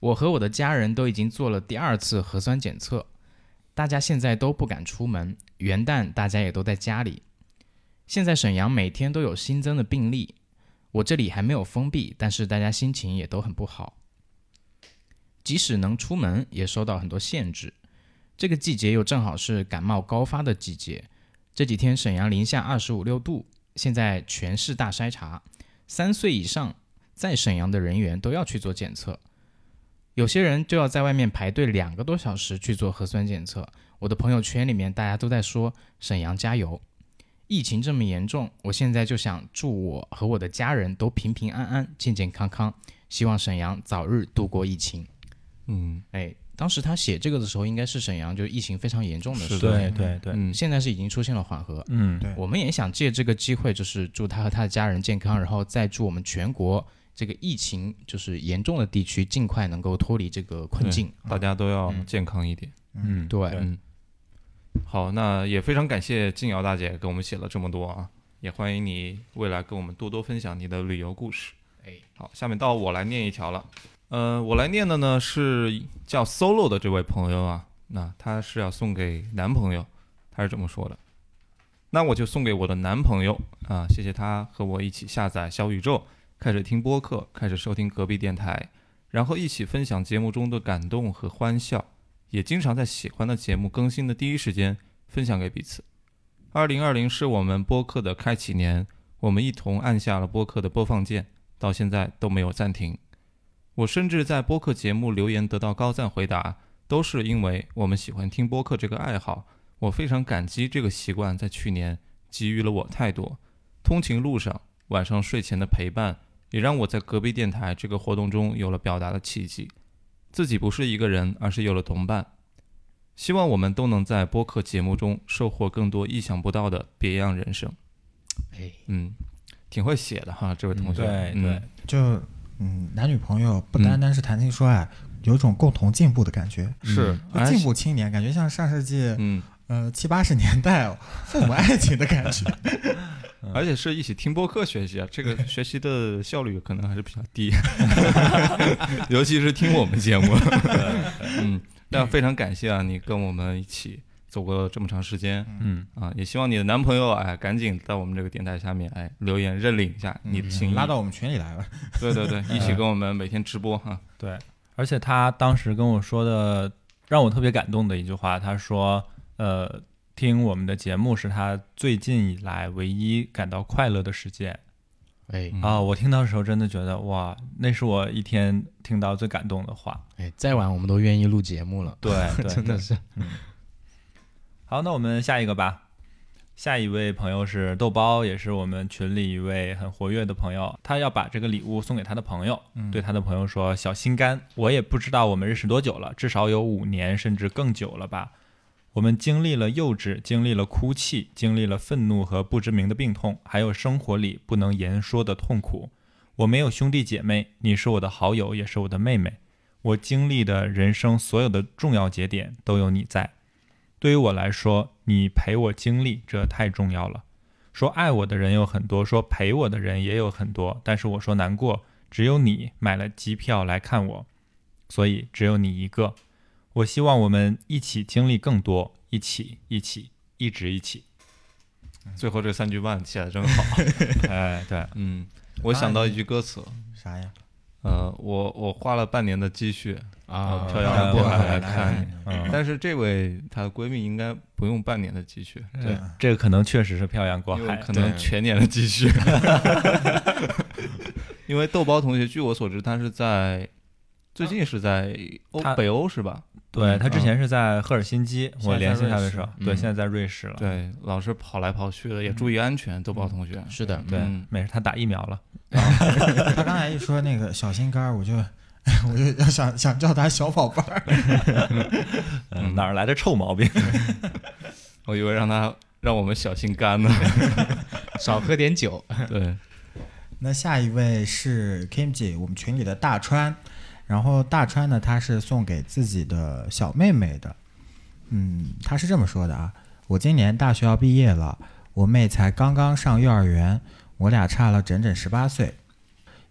Speaker 5: 我和我的家人都已经做了第二次核酸检测，大家现在都不敢出门，元旦大家也都在家里。现在沈阳每天都有新增的病例，我这里还没有封闭，但是大家心情也都很不好。即使能出门，也受到很多限制。这个季节又正好是感冒高发的季节，这几天沈阳零下二十五六度，现在全市大筛查，三岁以上在沈阳的人员都要去做检测，有些人就要在外面排队两个多小时去做核酸检测。我的朋友圈里面大家都在说沈阳加油，疫情这么严重，我现在就想祝我和我的家人都平平安安、健健康康，希望沈阳早日度过疫情。
Speaker 1: 嗯，
Speaker 5: 哎，当时他写这个的时候，应该是沈阳就疫情非常严重的时候，
Speaker 2: 对对对，
Speaker 1: 嗯
Speaker 5: 现在是已经出现了缓和。
Speaker 2: 嗯，
Speaker 4: 对
Speaker 5: 我们也想借这个机会，就是祝他和他的家人健康，然后再祝我们全国这个疫情就是严重的地区尽快能够脱离这个困境。
Speaker 1: 大家都要健康一点。
Speaker 2: 嗯
Speaker 5: 对
Speaker 2: 对
Speaker 1: 嗯，好，那也非常感谢静瑶大姐给我们写了这么多啊，也欢迎你未来跟我们多多分享你的旅游故事。
Speaker 5: 哎，
Speaker 1: 好，下面到我来念一条了。呃，我来念的呢是叫 solo 的这位朋友啊，那他是要送给男朋友，他是这么说的。那我就送给我的男朋友啊，谢谢他和我一起下载小宇宙，开始听播客，开始收听隔壁电台，然后一起分享节目中的感动和欢笑。也经常在喜欢的节目更新的第一时间分享给彼此。二零二零是我们播客的开启年，我们一同按下了播客的播放键，到现在都没有暂停。我甚至在播客节目留言得到高赞回答，都是因为我们喜欢听播客这个爱好。我非常感激这个习惯在去年给予了我太多。通勤路上、晚上睡前的陪伴，也让我在隔壁电台这个活动中有了表达的契机。自己不是一个人，而是有了同伴。希望我们都能在播客节目中收获更多意想不到的别样人生。
Speaker 5: 哎，
Speaker 1: 嗯，挺会写的哈，这位同学。
Speaker 2: 对
Speaker 1: 嗯
Speaker 2: 对，
Speaker 4: 就嗯，男女朋友不单单是谈情说爱，有一种共同进步的感觉。
Speaker 1: 是
Speaker 4: 就进步青年，感觉像上世纪
Speaker 1: 哎嗯，
Speaker 4: 呃七八十年代 [LAUGHS] 父母爱情的感觉。
Speaker 1: 而且是一起听播客学习啊，这个学习的效率可能还是比较低，尤其是听我们节目。嗯，那非常感谢啊，你跟我们一起走过这么长时间
Speaker 2: 嗯，
Speaker 1: 啊，也希望你的男朋友哎，赶紧在我们这个电台下面哎留言认领一下你的情谊
Speaker 4: 嗯拉到我们群里来吧。
Speaker 1: 对对对，一起跟我们每天直播哈。
Speaker 2: 对，而且他当时跟我说的让我特别感动的一句话，他说：“呃，听我们的节目是他最近以来唯一感到快乐的事件
Speaker 5: 哎
Speaker 2: 啊、我听到的时候真的觉得哇，那是我一天听到最感动的话。
Speaker 5: 哎，再晚我们都愿意录节目了，
Speaker 2: [LAUGHS] 对对，嗯
Speaker 5: 真的是
Speaker 2: 好，那我们下一个吧。下一位朋友是豆包，也是我们群里一位很活跃的朋友，他要把这个礼物送给他的朋友，对他的朋友说：“小心肝，我也不知道我们认识多久了，至少有五年甚至更久了吧。我们经历了幼稚，经历了哭泣，经历了愤怒和不知名的病痛，还有生活里不能言说的痛苦。我没有兄弟姐妹，你是我的好友，也是我的妹妹。我经历的人生所有的重要节点都有你在。”对于我来说，你陪我经历，这太重要了。说爱我的人有很多，说陪我的人也有很多，但是我说难过，只有你买了机票来看我，所以只有你一个。我希望我们一起经历更多，一起，一起，一直一起。
Speaker 1: 最后这三句万写的真 [LAUGHS] 好。
Speaker 2: 哎，对，
Speaker 1: 嗯，我想到一句歌词，
Speaker 4: 啥呀？
Speaker 1: 呃，我我花了半年的积蓄，
Speaker 5: 啊，
Speaker 1: 飘
Speaker 2: 摇
Speaker 1: 洋
Speaker 2: 过
Speaker 1: 过
Speaker 2: 海
Speaker 1: 海来
Speaker 4: 来
Speaker 1: 看
Speaker 4: 看
Speaker 1: 你。嗯但是这位她的闺蜜应该不用半年的积蓄，
Speaker 4: 嗯
Speaker 2: 对，这个可能确实是漂洋过
Speaker 1: 因
Speaker 2: 海
Speaker 1: 为，可能全年的积蓄。 [LAUGHS] 因为豆包同学，据我所知，他是在最近是在欧
Speaker 2: 他
Speaker 1: 北欧是吧？
Speaker 2: 对他之前是在赫尔辛基，我联系他的时候，
Speaker 5: 现在
Speaker 2: 对，现在在
Speaker 5: 在瑞士嗯
Speaker 2: 瑞士了。
Speaker 1: 对，嗯老是跑来跑去的，也注意安全。豆包同学，
Speaker 5: 是的，
Speaker 2: 对
Speaker 1: 嗯，
Speaker 2: 没事，他打疫苗了。
Speaker 4: 他刚才一说那个小心肝儿，我就 [LAUGHS] 我就要想想叫他小宝贝儿。
Speaker 2: 嗯，哪儿来的臭毛病？
Speaker 1: 我哦以为让他让我们小心肝 [LAUGHS] 呢。
Speaker 5: 少喝点酒。 [LAUGHS]
Speaker 1: 对，
Speaker 4: 那下一位是 Kimji，我们群里的大川。然后大川呢，他是送给自己的小妹妹的。嗯，他是这么说的啊：我今年大学要毕业了，我妹才刚刚上幼儿园，我俩差了整整十八岁。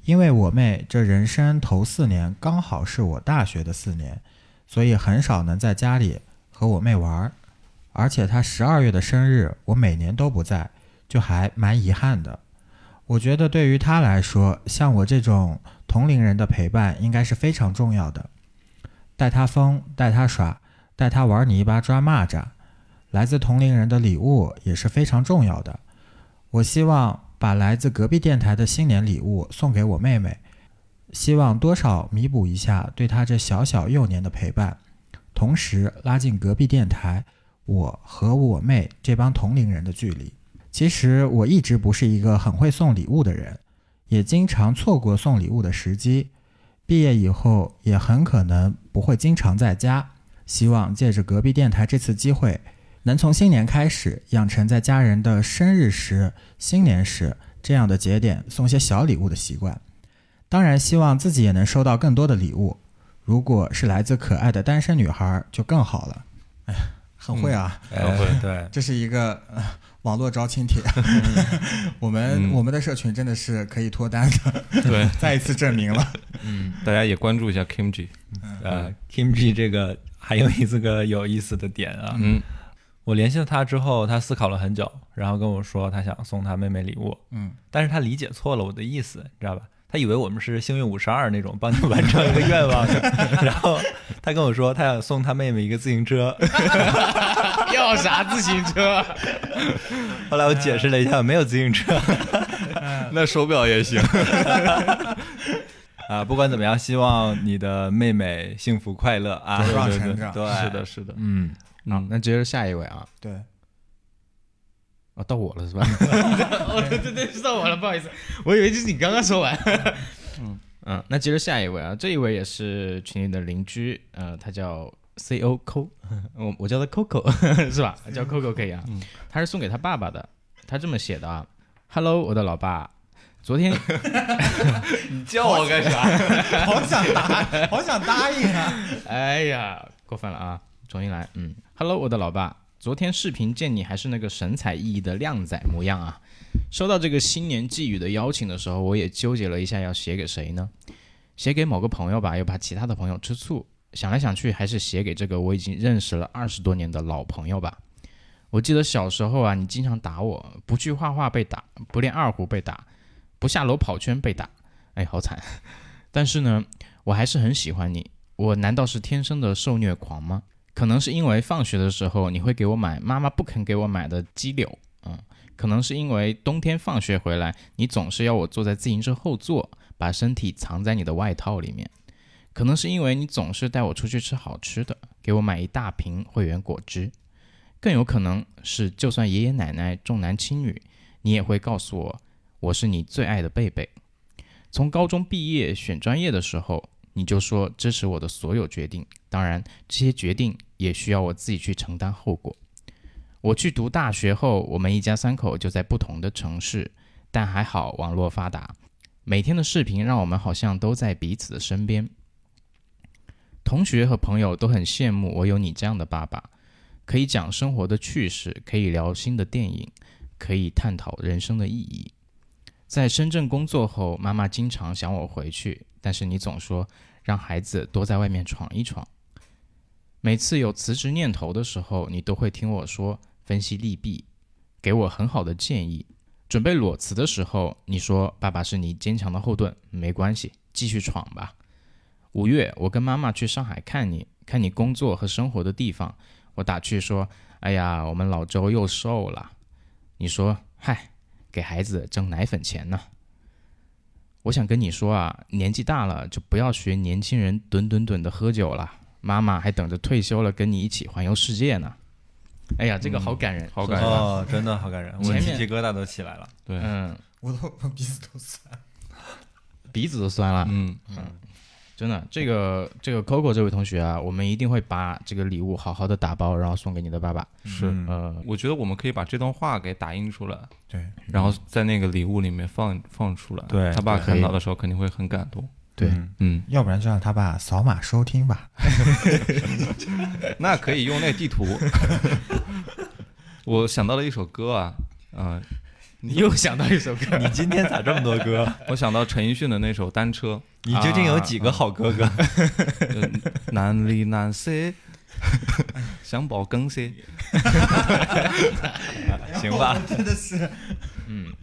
Speaker 4: 因为我妹这人生头四年刚好是我大学的四年，所以很少能在家里和我妹玩儿。而且她十二月的生日，我每年都不在，就还蛮遗憾的。我觉得对于他来说，像我这种同龄人的陪伴应该是非常重要的。带他疯，带他耍，带他玩泥巴、抓蚂蚱，来自同龄人的礼物也是非常重要的。我希望把来自隔壁电台的新年礼物送给我妹妹，希望多少弥补一下对她这小小幼年的陪伴，同时拉近隔壁电台我和我妹这帮同龄人的距离。其实我一直不是一个很会送礼物的人，也经常错过送礼物的时机。毕业以后也很可能不会经常在家。希望借着隔壁电台这次机会，能从新年开始养成在家人的生日时、新年时这样的节点送些小礼物的习惯。当然，希望自己也能收到更多的礼物。如果是来自可爱的单身女孩，就更好了。哎，很会啊。
Speaker 1: 很会
Speaker 2: [LAUGHS] 哎对，
Speaker 4: 这是一个、呃、网络招亲 [LAUGHS] 帖，我们、我们的社群真的是可以脱单的， [LAUGHS]
Speaker 1: 对，
Speaker 4: 再一次证明了。
Speaker 1: 大家也关注一下 Kimji。
Speaker 2: 呃，Kimji 这个还有一次个有意思的点啊，
Speaker 1: 嗯，
Speaker 2: 我联系了他之后，他思考了很久，然后跟我说他想送他妹妹礼物，
Speaker 4: 嗯，
Speaker 2: 但是他理解错了我的意思，你知道吧？他以为我们是幸运五十二那种帮你完成一个愿望的，然后他跟我说他想送他妹妹一个自行车，
Speaker 5: 要啥自行车？ [LAUGHS]
Speaker 2: 后来我解释了一下，没有自行车
Speaker 1: 那手表也行。
Speaker 2: 啊。不管怎么样，希望你的妹妹幸福快乐啊，
Speaker 4: 茁壮
Speaker 2: 对
Speaker 4: 成
Speaker 2: 对
Speaker 4: 长
Speaker 2: 对，
Speaker 1: 是的，，是的。
Speaker 2: 嗯，
Speaker 5: 好，那接着下一位啊，
Speaker 4: 对，
Speaker 5: 哦，到我了是吧？哦，对对对，是到我了，不好意思，我以为就是你刚刚说完。嗯 [LAUGHS] 嗯，那接着下一位啊，这一位也是群里的邻居，呃，他叫 C O Co，我 [LAUGHS] 我叫他 Coco [LAUGHS] 是吧？叫 Coco 可以啊。他是送给他爸爸的，他这么写的啊：“Hello，我的老爸，昨天
Speaker 1: 你叫我干啥？
Speaker 4: 好想答，好想答应啊！
Speaker 5: [LAUGHS] 哎呀，过分了啊！重新来，嗯，Hello，我的老爸，昨天视频见你还是那个神采奕奕的靓仔模样啊。收到这个新年寄语的邀请的时候，我也纠结了一下要写给谁呢？写给某个朋友吧，又怕其他的朋友吃醋。想来想去，还是写给这个我已经认识了二十多年的老朋友吧。我记得小时候啊，你经常打我，不去画画被打，不练二胡被打，不下楼跑圈被打，哎，好惨。但是呢，我还是很喜欢你，我难道是天生的受虐狂吗？可能是因为放学的时候你会给我买妈妈不肯给我买的鸡柳，嗯，可能是因为冬天放学回来，你总是要我坐在自行车后座，把身体藏在你的外套里面，可能是因为你总是带我出去吃好吃的，给我买一大瓶汇源果汁，更有可能是就算爷爷奶奶重男轻女，你也会告诉我我是你最爱的贝贝。从高中毕业选专业的时候，你就说支持我的所有决定，当然这些决定也需要我自己去承担后果。我去读大学后，我们一家三口就在不同的城市，但还好网络发达，每天的视频让我们好像都在彼此的身边。同学和朋友都很羡慕我有你这样的爸爸，可以讲生活的趣事，可以聊新的电影，可以探讨人生的意义。在深圳工作后，妈妈经常想我回去，但是你总说让孩子多在外面闯一闯。每次有辞职念头的时候，你都会听我说分析利弊，给我很好的建议。准备裸辞的时候，你说爸爸是你坚强的后盾，没关系，继续闯吧。五月，我跟妈妈去上海看你，看你工作和生活的地方。我打趣说：“哎呀，我们老周又瘦了。”你说：“嗨，给孩子挣奶粉钱呢。”我想跟你说啊，年纪大了就不要学年轻人吨吨吨的喝酒了。妈妈还等着退休了跟你一起环游世界呢。哎呀，这个好感人，
Speaker 1: 嗯
Speaker 5: 啊
Speaker 1: 好感人
Speaker 2: 哦，真的好感人，我
Speaker 5: 前面
Speaker 2: 鸡皮疙瘩都起来了。 [LAUGHS]
Speaker 1: 对，
Speaker 5: 嗯，
Speaker 4: 我都我鼻子都酸。
Speaker 5: 鼻子都酸了。
Speaker 1: 嗯，
Speaker 5: 真的，这个这个 Coco 这位同学啊，我们一定会把这个礼物好好的打包，然后送给你的爸爸。
Speaker 1: 是，
Speaker 2: 嗯
Speaker 5: 呃，
Speaker 1: 我觉得我们可以把这段话给打印出来，
Speaker 4: 对，
Speaker 1: 然后在那个礼物里面放放出来，
Speaker 2: 对
Speaker 1: 他爸
Speaker 5: 对可以
Speaker 1: 看到的时候肯定会很感动。
Speaker 5: 对，
Speaker 2: 嗯
Speaker 1: 嗯，
Speaker 4: 要不然就让他爸扫码收听吧。
Speaker 1: 那可以用那地图。 [LAUGHS] 我想到了一首歌啊，啊、
Speaker 5: 你又想到一首歌，
Speaker 2: 你今天咋这么多歌？
Speaker 1: 我想到陈奕迅的那首《单车
Speaker 2: 你究竟有几个好哥哥？》，
Speaker 1: 呃难离难舍，想保更些，
Speaker 2: [LAUGHS] 行吧，
Speaker 4: 真的是，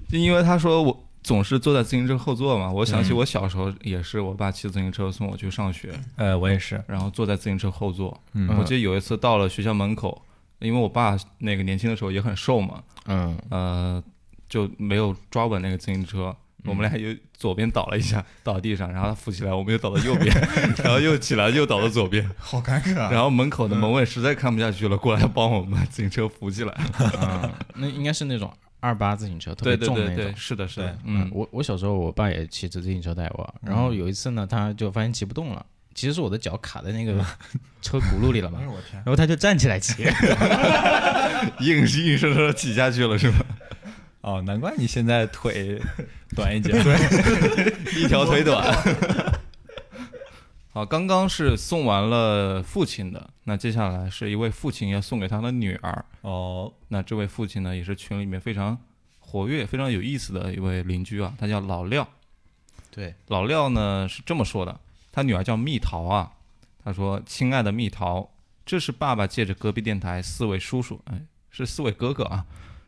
Speaker 1: 就因为他说我总是坐在自行车后座嘛，我想起我小时候也是，我爸骑自行车送我去上学，
Speaker 2: 呃，我也是，
Speaker 1: 然后坐在自行车后座。
Speaker 2: 嗯
Speaker 1: 我记得有一次到了学校门口，因为我爸那个年轻的时候也很瘦嘛，
Speaker 5: 嗯，
Speaker 1: 呃，就没有抓稳那个自行车，
Speaker 5: 嗯
Speaker 1: 我们俩又左边倒了一下，倒地
Speaker 5: [LAUGHS]
Speaker 1: 上，然后他扶起来，我们又倒到右边，然后又起来，又倒到左
Speaker 5: [LAUGHS]
Speaker 1: 边，
Speaker 4: 好尴
Speaker 5: 啊
Speaker 4: 尬。啊
Speaker 1: 然后门口的门卫实在看不下去了，过来帮我们把自行车扶起来。
Speaker 5: 嗯那应该是那种二八自行车，特别
Speaker 1: 对对
Speaker 5: 重的
Speaker 1: 对
Speaker 5: 那种
Speaker 1: 对，。是的，是
Speaker 2: 对
Speaker 1: 的，
Speaker 5: 嗯
Speaker 1: 嗯，，
Speaker 5: 我我小时候我爸也骑着自行车带我，然后有一次呢，他就发现骑不动了，其实是我的脚卡在那个 [LAUGHS] 车轱辘里了嘛
Speaker 4: 哎，呦我天
Speaker 5: 然，后他就站起来 [LAUGHS] 骑。
Speaker 1: 硬是硬生生地挤下去了，是吧？
Speaker 2: 哦，难怪你现在腿短一截。
Speaker 1: 一条腿短。好，刚刚是送完了父亲的，那接下来是一位父亲要送给他的女儿。
Speaker 2: 哦，
Speaker 1: 那这位父亲呢，也是群里面非常活跃、非常有意思的一位邻居啊，他叫老廖。
Speaker 5: 对，
Speaker 1: 老廖呢是这么说的，他女儿叫蜜桃啊，他说：“亲爱的蜜桃，这是爸爸借着隔壁电台四位叔叔，哎，是四位哥哥啊，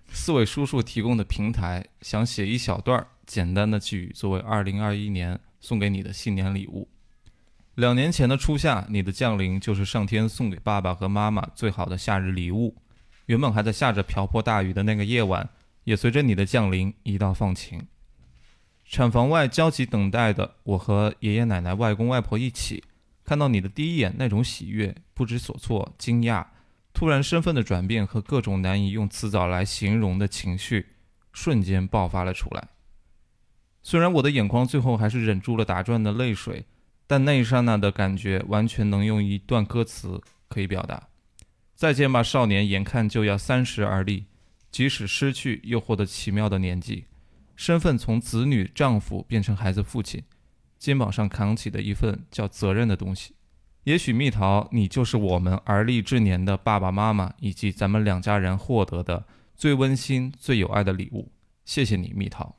Speaker 1: 四位叔叔提供的平台，想写一小段儿简单的寄语，作为二零二一年送给你的新年礼物。”两年前的初夏，你的降临就是上天送给爸爸和妈妈最好的夏日礼物。原本还在下着瓢泼大雨的那个夜晚，也随着你的降临一道放晴。产房外焦急等待的我和爷爷奶奶、外公外婆一起，看到你的第一眼那种喜悦、不知所措、惊讶，突然身份的转变和各种难以用词藻来形容的情绪，瞬间爆发了出来。虽然我的眼眶最后还是忍住了打转的泪水，但那一刹那的感觉完全能用一段歌词可以表达。再见吧，少年，眼看就要三十而立，即使失去，又获得奇妙的年纪。身份从子女、丈夫变成孩子父亲，肩膀上扛起的一份叫责任的东西。也许蜜桃，你就是我们而立之年的爸爸妈妈以及咱们两家人获得的最温馨、最有爱的礼物。谢谢你，蜜桃。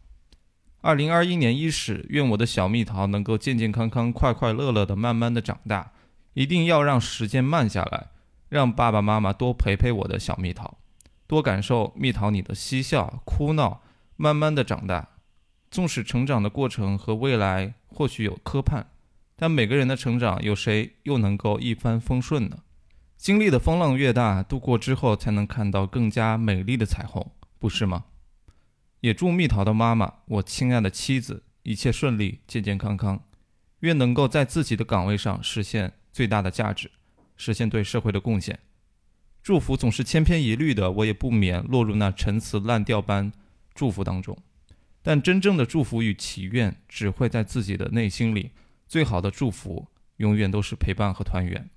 Speaker 1: 二零二一年伊始，愿我的小蜜桃能够健健康康、快快乐乐的慢慢的长大。一定要让时间慢下来，让爸爸妈妈多陪陪我的小蜜桃，多感受蜜桃你的嬉笑、哭闹，慢慢的长大。纵使成长的过程和未来或许有磕绊，但每个人的成长，有谁又能够一帆风顺呢？经历的风浪越大，度过之后才能看到更加美丽的彩虹，不是吗？也祝蜜桃的妈妈，我亲爱的妻子，一切顺利，健健康康，愿能够在自己的岗位上实现最大的价值，实现对社会的贡献。祝福总是千篇一律的，我也不免落入那陈词滥调般祝福当中。但真正的祝福与祈愿，只会在自己的内心里。最好的祝福，永远都是陪伴和团圆。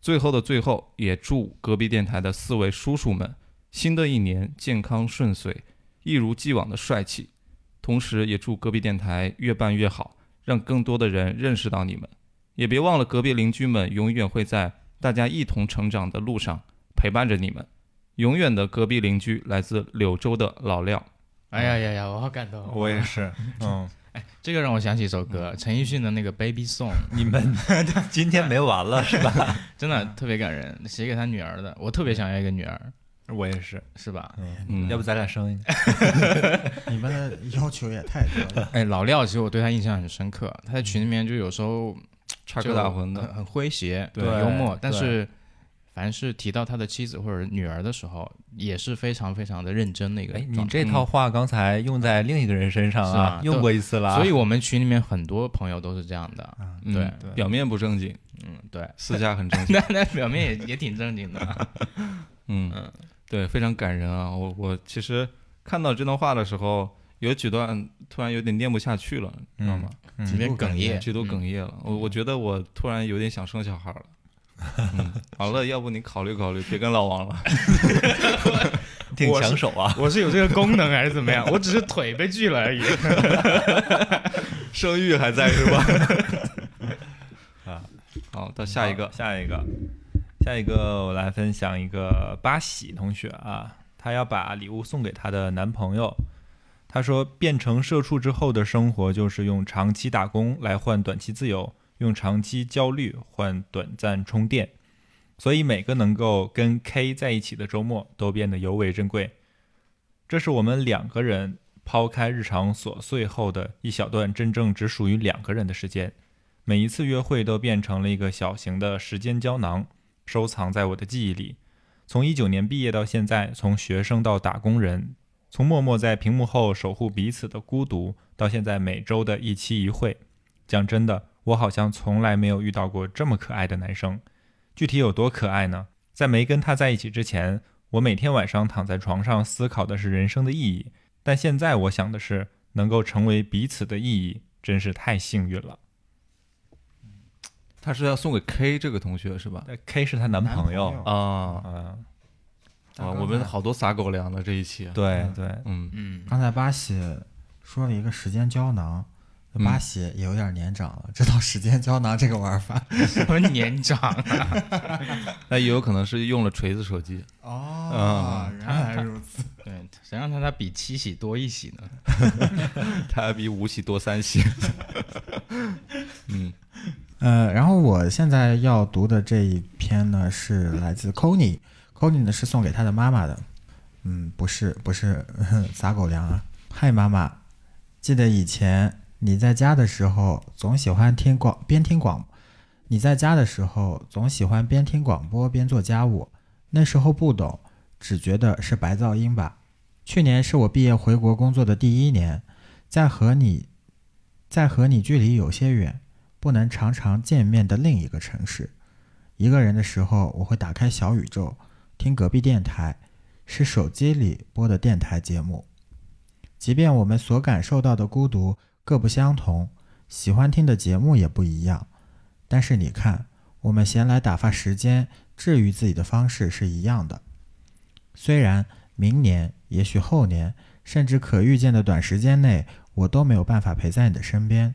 Speaker 1: 最后的最后，也祝隔壁电台的四位叔叔们新的一年健康顺遂，一如既往的帅气。同时，也祝隔壁电台越办越好，让更多的人认识到你们。也别忘了隔壁邻居们永远会在大家一同成长的路上陪伴着你们。永远的隔壁邻居来自柳州的老廖。
Speaker 5: 哎呀呀呀，我嗯好感动！
Speaker 2: 我也是，嗯，
Speaker 5: 这个让我想起一首歌，陈奕迅的那个《Baby Song》，
Speaker 2: 你们今天没完了是吧？
Speaker 5: 真的特别感人，写给他女儿的。我特别想要一个女儿，
Speaker 2: 我也是，
Speaker 5: 是吧？
Speaker 1: 嗯，
Speaker 2: 要不咱俩生一个？
Speaker 4: 你们的要求也太多 [LAUGHS] 了。
Speaker 5: 哎，老廖，其实我对他印象很深刻。他在群里面就有时候
Speaker 1: 插科
Speaker 5: 就
Speaker 1: 打诨
Speaker 5: 很
Speaker 1: 的，
Speaker 5: 很诙谐，
Speaker 2: 对
Speaker 5: 很幽默，但
Speaker 2: 对
Speaker 5: 是凡是提到他的妻子或者女儿的时候，也是非常非常的认真的一个
Speaker 2: 哎，
Speaker 5: 状态。
Speaker 2: 你这套话刚才用在另一个人身上
Speaker 5: 是
Speaker 2: 啊
Speaker 5: 啊，
Speaker 2: 用过一次了啊，
Speaker 5: 所以我们群里面很多朋友都是这样的。
Speaker 1: 嗯
Speaker 5: 对
Speaker 1: 表面不正经，，
Speaker 5: 嗯，对 [LAUGHS]
Speaker 1: 私下很正经。 [LAUGHS]
Speaker 5: 那那表面也也挺正经 [LAUGHS] 的啊。
Speaker 1: 嗯
Speaker 5: 嗯，
Speaker 1: 对，非常感人啊！我我其实看到这段话的时候，有几段突然有点念不下去了，你知道吗？
Speaker 5: 有点嗯哽咽，
Speaker 1: 这都哽咽了。我我觉得我突然有点想生小孩了。嗯， [LAUGHS] 好了，要不你考虑考虑，别跟老王了。
Speaker 2: 挺抢手
Speaker 5: [LAUGHS]
Speaker 2: 啊。
Speaker 5: 我是有这个功能还是怎么 [LAUGHS] 样？我只是腿被锯了而已。
Speaker 1: 生育还在是吧？好，到下一个
Speaker 2: 好，下一个，下一个，我来分享一个八喜同学啊，她要把礼物送给她的男朋友。她说，变成社畜之后的生活就是用长期打工来换短期自由，用长期焦虑换短暂充电。所以每个能够跟 K 在一起的周末都变得尤为珍贵。这是我们两个人抛开日常琐碎后的一小段真正只属于两个人的时间。每一次约会都变成了一个小型的时间胶囊，收藏在我的记忆里。从一九年毕业到现在，从学生到打工人，从默默在屏幕后守护彼此的孤独，到现在每周的一期一会。讲真的，我好像从来没有遇到过这么可爱的男生。具体有多可爱呢？在没跟他在一起之前，我每天晚上躺在床上思考的是人生的意义，但现在我想的是能够成为彼此的意义，真是太幸运了。
Speaker 1: 他是要送给 K 这个同学是吧？
Speaker 2: 那 K 是她男朋
Speaker 4: 男朋
Speaker 2: 友
Speaker 4: 友，
Speaker 1: 啊
Speaker 2: 嗯，
Speaker 1: 啊，我们好多撒狗粮了这一期。啊
Speaker 2: 对对，
Speaker 1: 嗯，
Speaker 5: 嗯， [LAUGHS]
Speaker 4: 刚才八喜说了一个时间胶囊，那八喜也有点年长了，知道时间胶囊这个玩法。
Speaker 5: 什么年长啊？
Speaker 1: 那也有可能是用了锤子手机。
Speaker 4: 哦，原来如此。
Speaker 5: 对，谁让他他比七喜多一喜呢？
Speaker 1: 他比五喜多三喜。 [LAUGHS] 嗯，
Speaker 4: 呃，然后我现在要读的这一篇呢，是来自 c o n y c o n y 呢是送给他的妈妈的。嗯，不是不是撒狗粮啊！嗨，妈妈，记得以前你在家的时候，总喜欢听广边听广，你在家的时候总喜欢边听广播边做家务。那时候不懂，只觉得是白噪音吧。去年是我毕业回国工作的第一年，在和你，在和你距离有些远，不能常常见面的另一个城市。一个人的时候，我会打开小宇宙，听隔壁电台，是手机里播的电台节目。即便我们所感受到的孤独各不相同，喜欢听的节目也不一样，但是你看，我们闲来打发时间、治愈自己的方式是一样的。虽然明年，也许后年，甚至可预见的短时间内，我都没有办法陪在你的身边，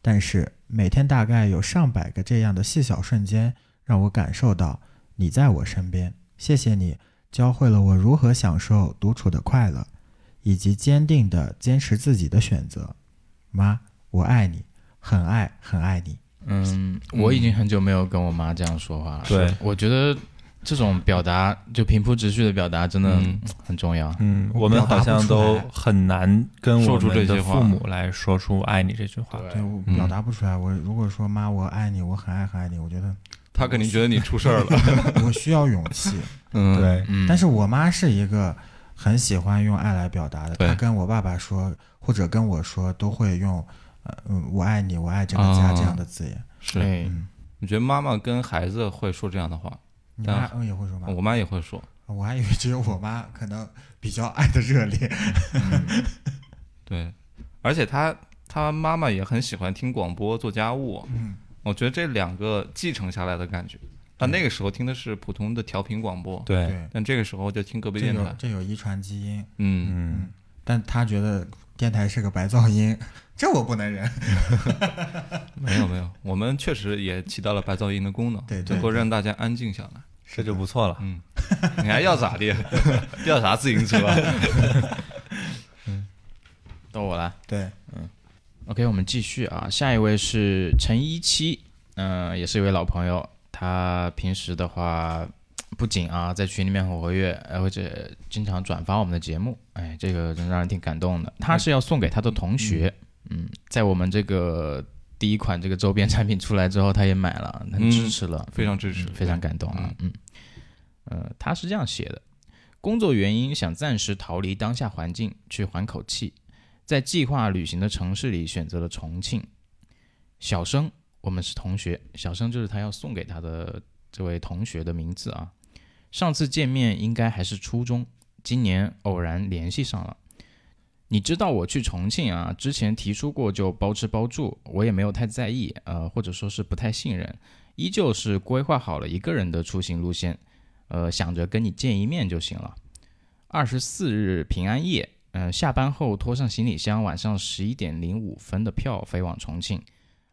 Speaker 4: 但是每天大概有上百个这样的细小瞬间，让我感受到你在我身边。谢谢你，教会了我如何享受独处的快乐，以及坚定的坚持自己的选择。妈，我爱你，很爱很爱你。
Speaker 5: 嗯，我已经很久没有跟我妈这样说话了。
Speaker 2: 对，
Speaker 5: 我觉得这种表达就平铺直叙的表达真的
Speaker 1: 嗯
Speaker 5: 很重要。
Speaker 2: 嗯，我们好像都很难跟我
Speaker 1: 说出这
Speaker 2: 们
Speaker 1: 些
Speaker 2: 的
Speaker 1: 话
Speaker 2: 父母来说出“爱你”这句话。
Speaker 4: 对我表达不出来，我如果说妈，我爱你，我很爱很爱你，我觉得 [LAUGHS]
Speaker 1: 他肯定觉得你出事儿了。
Speaker 4: 我需要勇气。
Speaker 1: 嗯，，
Speaker 2: 对，
Speaker 5: 嗯，
Speaker 4: 但
Speaker 5: 是
Speaker 4: 是我妈是一个很喜欢用爱来表达的，
Speaker 1: 对
Speaker 4: 她跟我爸爸说，或者跟我说，都会用呃嗯，我爱你，我爱这个家
Speaker 1: 啊
Speaker 4: 这样的字眼。
Speaker 1: 是。
Speaker 5: 对，
Speaker 1: [LAUGHS] 你觉得妈妈跟孩子会说这样的话？
Speaker 4: 你妈嗯也会说吗？
Speaker 1: 我妈也会说。
Speaker 4: 我还以为只有我妈可能比较爱的热
Speaker 1: [LAUGHS]
Speaker 4: 烈。
Speaker 1: 对，而且她她妈妈也很喜欢听广播做家务。
Speaker 4: 嗯，
Speaker 1: 我觉得这两个继承下来的感觉。她那个时候听的是普通的调频广播，
Speaker 2: 对，嗯
Speaker 4: 对，
Speaker 1: 但这个时候就听隔壁
Speaker 4: 这
Speaker 1: 电
Speaker 4: 有
Speaker 1: 台。
Speaker 4: 这有遗传基因，
Speaker 1: 嗯，
Speaker 2: 嗯，
Speaker 4: 但她觉得电台是个白噪音，这我不能忍。 [LAUGHS]
Speaker 1: 没有没有，我们确实也起到了白噪音的功能，
Speaker 4: 对对
Speaker 1: 能够让大家安静下来。
Speaker 2: 这就不错了。
Speaker 1: 嗯，你还要咋的？ [LAUGHS] 要啥自行车？
Speaker 5: 到我了。
Speaker 4: 对，
Speaker 5: OK，我们继续啊，下一位是陈一七，嗯、也是一位老朋友，他平时的话不仅啊在群里面很活跃，而或者经常转发我们的节目，哎，这个真让人挺感动的。他是要送给他的同学，嗯，在我们这个第一款这个周边产品出来之后，他也买了，很支持了，
Speaker 1: 嗯非常支持，
Speaker 5: 非常感动啊，嗯，呃，他是这样写的：工作原因想暂时逃离当下环境，去缓口气，在计划旅行的城市里选择了重庆。小生，我们是同学，小生就是他要送给他的这位同学的名字啊。上次见面应该还是初中，今年偶然联系上了。你知道我去重庆啊，之前提出过就包吃包住，我也没有太在意，呃，或者说是不太信任。依旧是规划好了一个人的出行路线，呃，想着跟你见一面就行了。二十四日平安夜，呃，下班后拖上行李箱，晚上十一点零五分的票飞往重庆，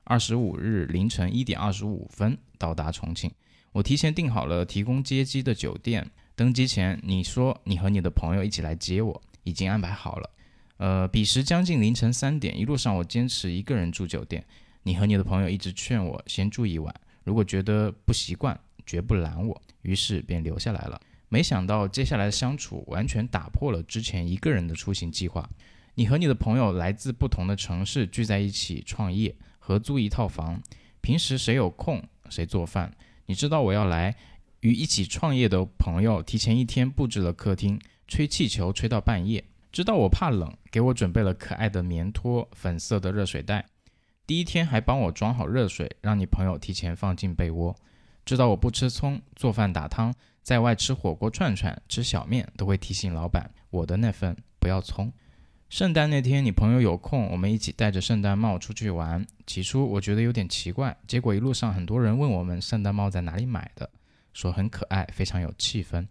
Speaker 5: 二十五日凌晨一点二十五分到达重庆。我提前订好了提供接机的酒店，登机前你说你和你的朋友一起来接我，已经安排好了。呃，彼时将近凌晨三点，一路上我坚持一个人住酒店，你和你的朋友一直劝我先住一晚。如果觉得不习惯，绝不拦我，于是便留下来了。没想到接下来的相处完全打破了之前一个人的出行计划。你和你的朋友来自不同的城市，聚在一起创业，合租一套房。平时谁有空谁做饭。你知道我要来，与一起创业的朋友提前一天布置了客厅，吹气球吹到半夜。知道我怕冷，给我准备了可爱的棉拖、粉色的热水袋。第一天还帮我装好热水，让你朋友提前放进被窝。知道我不吃葱，做饭打汤，在外吃火锅串串、吃小面都会提醒老板我的那份不要葱。圣诞那天，你朋友有空，我们一起戴着圣诞帽出去玩。起初我觉得有点奇怪，结果一路上很多人问我们圣诞帽在哪里买的，说很可爱，非常有气氛。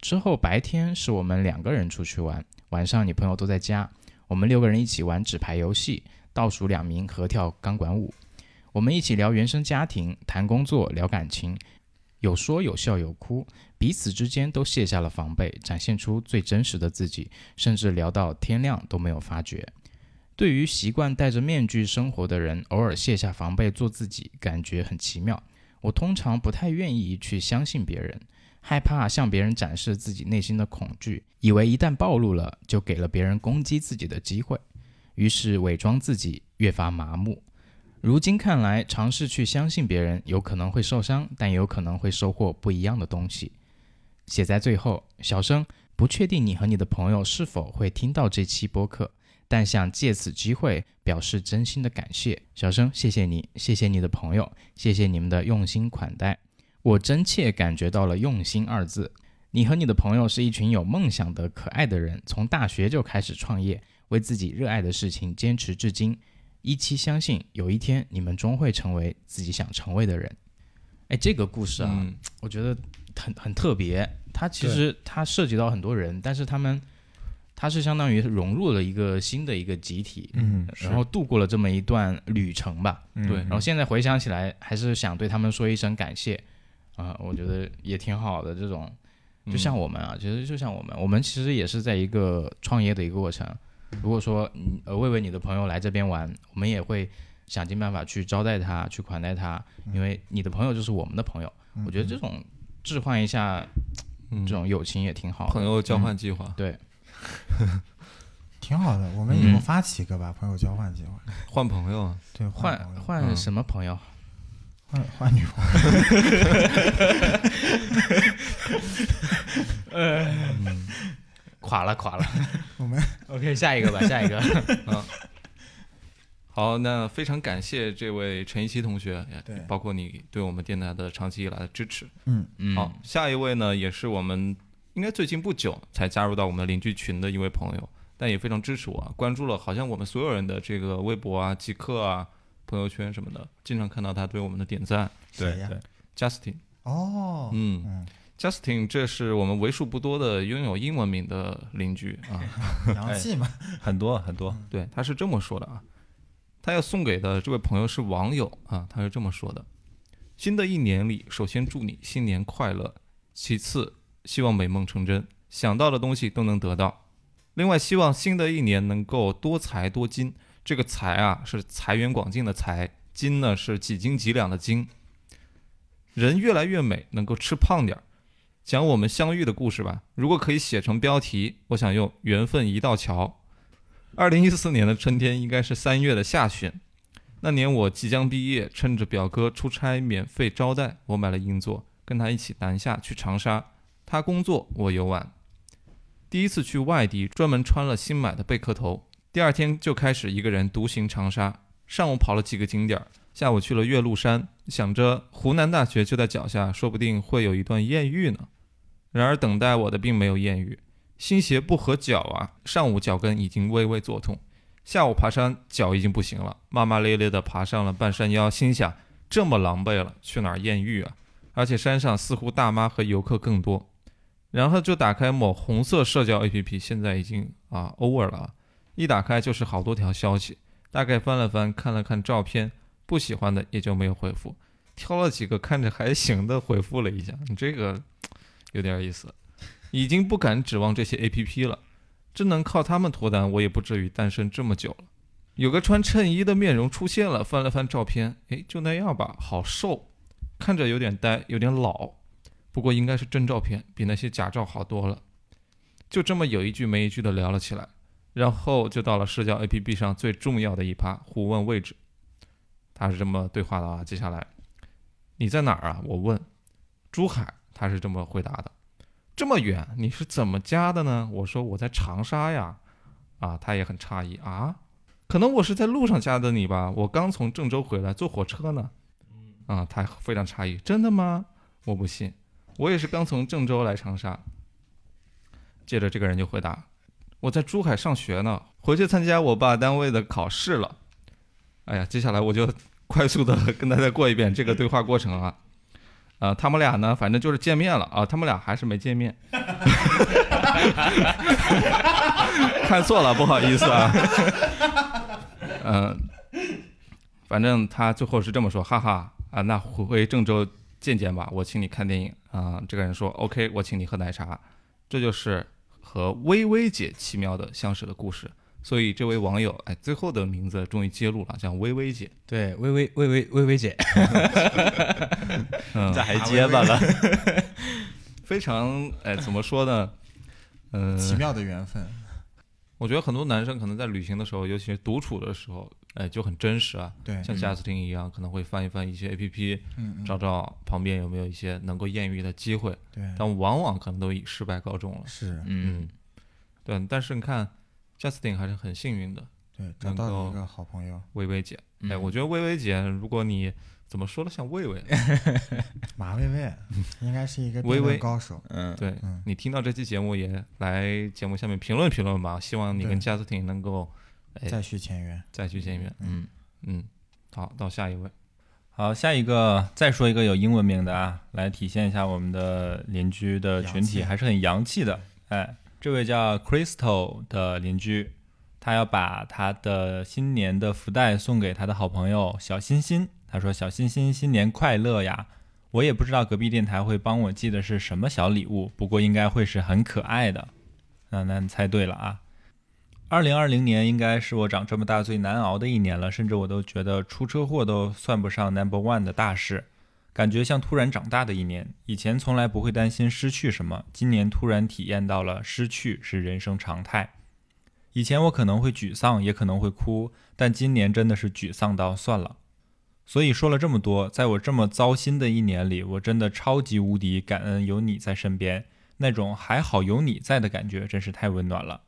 Speaker 5: 之后白天是我们两个人出去玩，晚上你朋友都在家，我们六个人一起玩纸牌游戏，倒数两名合跳钢管舞。我们一起聊原生家庭，谈工作，聊感情，有说有笑有哭，彼此之间都卸下了防备，展现出最真实的自己，甚至聊到天亮都没有发觉。对于习惯戴着面具生活的人，偶尔卸下防备做自己，感觉很奇妙。我通常不太愿意去相信别人，害怕向别人展示自己内心的恐惧，以为一旦暴露了，就给了别人攻击自己的机会。于是伪装自己越发麻木。如今看来，尝试去相信别人，有可能会受伤，但也有可能会收获不一样的东西。写在最后，小生不确定你和你的朋友是否会听到这期播客，但想借此机会表示真心的感谢。小生，谢谢你，谢谢你的朋友，谢谢你们的用心款待，我真切感觉到了“用心”二字。你和你的朋友是一群有梦想的可爱的人，从大学就开始创业，为自己热爱的事情坚持至今。一期相信有一天你们终会成为自己想成为的人。哎，这个故事啊，
Speaker 1: 嗯，
Speaker 5: 我觉得很很特别。它其实它涉及到很多人，但是他们它是相当于融入了一个新的一个集体，
Speaker 2: 嗯
Speaker 5: 然后度过了这么一段旅程吧。
Speaker 1: 对
Speaker 5: 然后现在回想起来，还是想对他们说一声感谢啊、我觉得也挺好的。这种就像我们啊，其实就像我们，我们其实也是在一个创业的一个过程。如果说你呃魏魏你的朋友来这边玩，我们也会想尽办法去招待他，去款待他，因为你的朋友就是我们的朋友。我觉得这种置换一下
Speaker 1: 嗯
Speaker 5: 这种嗯友情也挺好的。
Speaker 1: 朋友交换计划，
Speaker 5: 对，
Speaker 4: 挺好的。我们以后
Speaker 5: 嗯
Speaker 4: 发起一个吧，朋友交换计划。
Speaker 1: 换朋友啊，
Speaker 4: 对，
Speaker 5: 换
Speaker 4: 朋友
Speaker 5: 嗯换什么朋友？
Speaker 4: 换换女朋友，
Speaker 5: 垮了垮了。 [LAUGHS]
Speaker 4: 我们
Speaker 5: OK，下一个吧，下一 [LAUGHS] 个。
Speaker 1: 好，那非常感谢这位陈一奇同学，也
Speaker 4: 对
Speaker 1: 包括你对我们电台的长期以来的支持。
Speaker 4: 嗯，
Speaker 5: 嗯，
Speaker 1: 好，下一位呢，也是我们应该最近不久才加入到我们的邻居群的一位朋友，但也非常支持我啊，关注了好像我们所有人的这个微博啊、极客啊、朋友圈什么的，经常看到他对我们的点赞。
Speaker 4: 谁
Speaker 2: 对
Speaker 4: 呀
Speaker 2: 对，
Speaker 1: Justin，
Speaker 4: 哦，
Speaker 1: 嗯
Speaker 4: 嗯
Speaker 1: Justin，这是我们为数不多的拥有英文名的邻居啊。 [LAUGHS]
Speaker 4: 洋气嘛，
Speaker 2: 很多很多。
Speaker 1: 对，他是这么说的啊，他要送给的这位朋友是网友啊，他是这么说的：新的一年里，首先祝你新年快乐，其次希望美梦成真，想到的东西都能得到。另外，希望新的一年能够多财多金。这个财啊是财源广进的财，金呢是几斤几两的斤。人越来越美，能够吃胖点儿。讲我们相遇的故事吧。如果可以写成标题，我想用“缘分一道桥”。二零一四年的春天应该是三月的下旬，那年我即将毕业，趁着表哥出差免费招待，我买了银座，跟他一起南下去长沙。他工作，我游玩。第一次去外地，专门穿了新买的贝壳头。第二天就开始一个人独行长沙，上午跑了几个景点儿，下午去了岳麓山，想着湖南大学就在脚下，说不定会有一段艳遇呢。然而等待我的并没有艳遇，新鞋不合脚啊，上午脚跟已经微微作痛，下午爬山脚已经不行了，骂骂咧咧地爬上了半山腰，心想这么狼狈了，去哪儿艳遇啊？而且山上似乎大妈和游客更多。然后就打开某红色社交 APP，现在已经啊 over 了啊，一打开就是好多条消息，大概翻了翻，看了看照片，不喜欢的也就没有回复，挑了几个看着还行的回复了一下，你这个有点意思。已经不敢指望这些 A P P 了，真能靠他们脱单，我也不至于单身这么久了。有个穿衬衣的面容出现了，翻了翻照片，诶，就那样吧，好瘦，看着有点呆，有点老，不过应该是真照片，比那些假照好多了。就这么有一句没一句的聊了起来，然后就到了社交 A P P 上最重要的一趴——互问位置。他是这么对话的啊，接下来，你在哪儿啊？我问，珠海，他是这么回答的。这么远，你是怎么加的呢？我说我在长沙呀，啊，他也很诧异啊，可能我是在路上加的你吧，我刚从郑州回来，坐火车呢，啊，他非常诧异，真的吗？我不信，我也是刚从郑州来长沙。接着这个人就回答，我在珠海上学呢，回去参加我爸单位的考试了。哎呀，接下来我就快速的跟大家过一遍这个对话过程啊。啊，他们俩呢，反正就是见面了啊，他们俩还是没见面，看错了，不好意思啊。嗯、反正他最后是这么说，哈哈啊，那回郑州见见吧，我请你看电影啊、这个人说 OK，我请你喝奶茶，这就是和微微姐奇妙的相识的故事。所以这位网友，哎，最后的名字终于揭露了，叫微微姐。
Speaker 5: 对，微微微微微微姐，
Speaker 1: 嗯，
Speaker 2: 还结巴了，
Speaker 1: 非常哎，怎么说呢？嗯、
Speaker 4: 奇妙的缘分，
Speaker 1: 我觉得很多男生可能在旅行的时候，尤其是独处的时候，哎，就很真实啊。
Speaker 4: 对，
Speaker 1: 像贾斯汀一样，可能会翻一翻一些 A P P，
Speaker 4: 嗯嗯，
Speaker 1: 找找旁边有没有一些能够艳遇的机会，
Speaker 4: 对，
Speaker 1: 但往往可能都以失败告终了。
Speaker 4: 是
Speaker 5: 嗯，
Speaker 1: 对，但是你看，Justin 还是很幸运的，
Speaker 4: 对，找到了一个好朋友，
Speaker 1: 薇薇姐。
Speaker 5: 嗯
Speaker 1: 哎，我觉得薇薇姐，如果你怎么说的像魏魏，
Speaker 4: 马薇薇
Speaker 1: 嗯
Speaker 4: 应该是一个
Speaker 1: 薇
Speaker 4: 辩论
Speaker 1: 薇
Speaker 4: 高手，
Speaker 5: 嗯，
Speaker 1: 对
Speaker 4: 嗯
Speaker 1: 你听到这期节目也来节目下面评论评论吧，希望你跟 Justin 能够哎
Speaker 4: 再续前缘，
Speaker 1: 再续前缘。
Speaker 5: 嗯
Speaker 1: 嗯，好，到下一位，
Speaker 2: 好，下一个再说一个有英文名的啊，来体现一下我们的邻居的群体
Speaker 4: 洋气
Speaker 2: 还是很洋气的。哎，这位叫 Crystal 的邻居，他要把他的新年的福袋送给他的好朋友小欣欣。他说：“小欣欣，新年快乐呀！我也不知道隔壁电台会帮我寄的是什么小礼物，不过应该会是很可爱的。那那你猜对了啊！二零二零年应该是我长这么大最难熬的一年了，甚至我都觉得出车祸都算不上 number one 的大事，感觉像突然长大的一年。以前从来不会担心失去什么，今年突然体验到了失去是人生常态。以前我可能会沮丧，也可能会哭，但今年真的是沮丧到算了。所以说了这么多，在我这么糟心的一年里，我真的超级无敌感恩有你在身边，那种还好有你在的感觉真是太温暖了。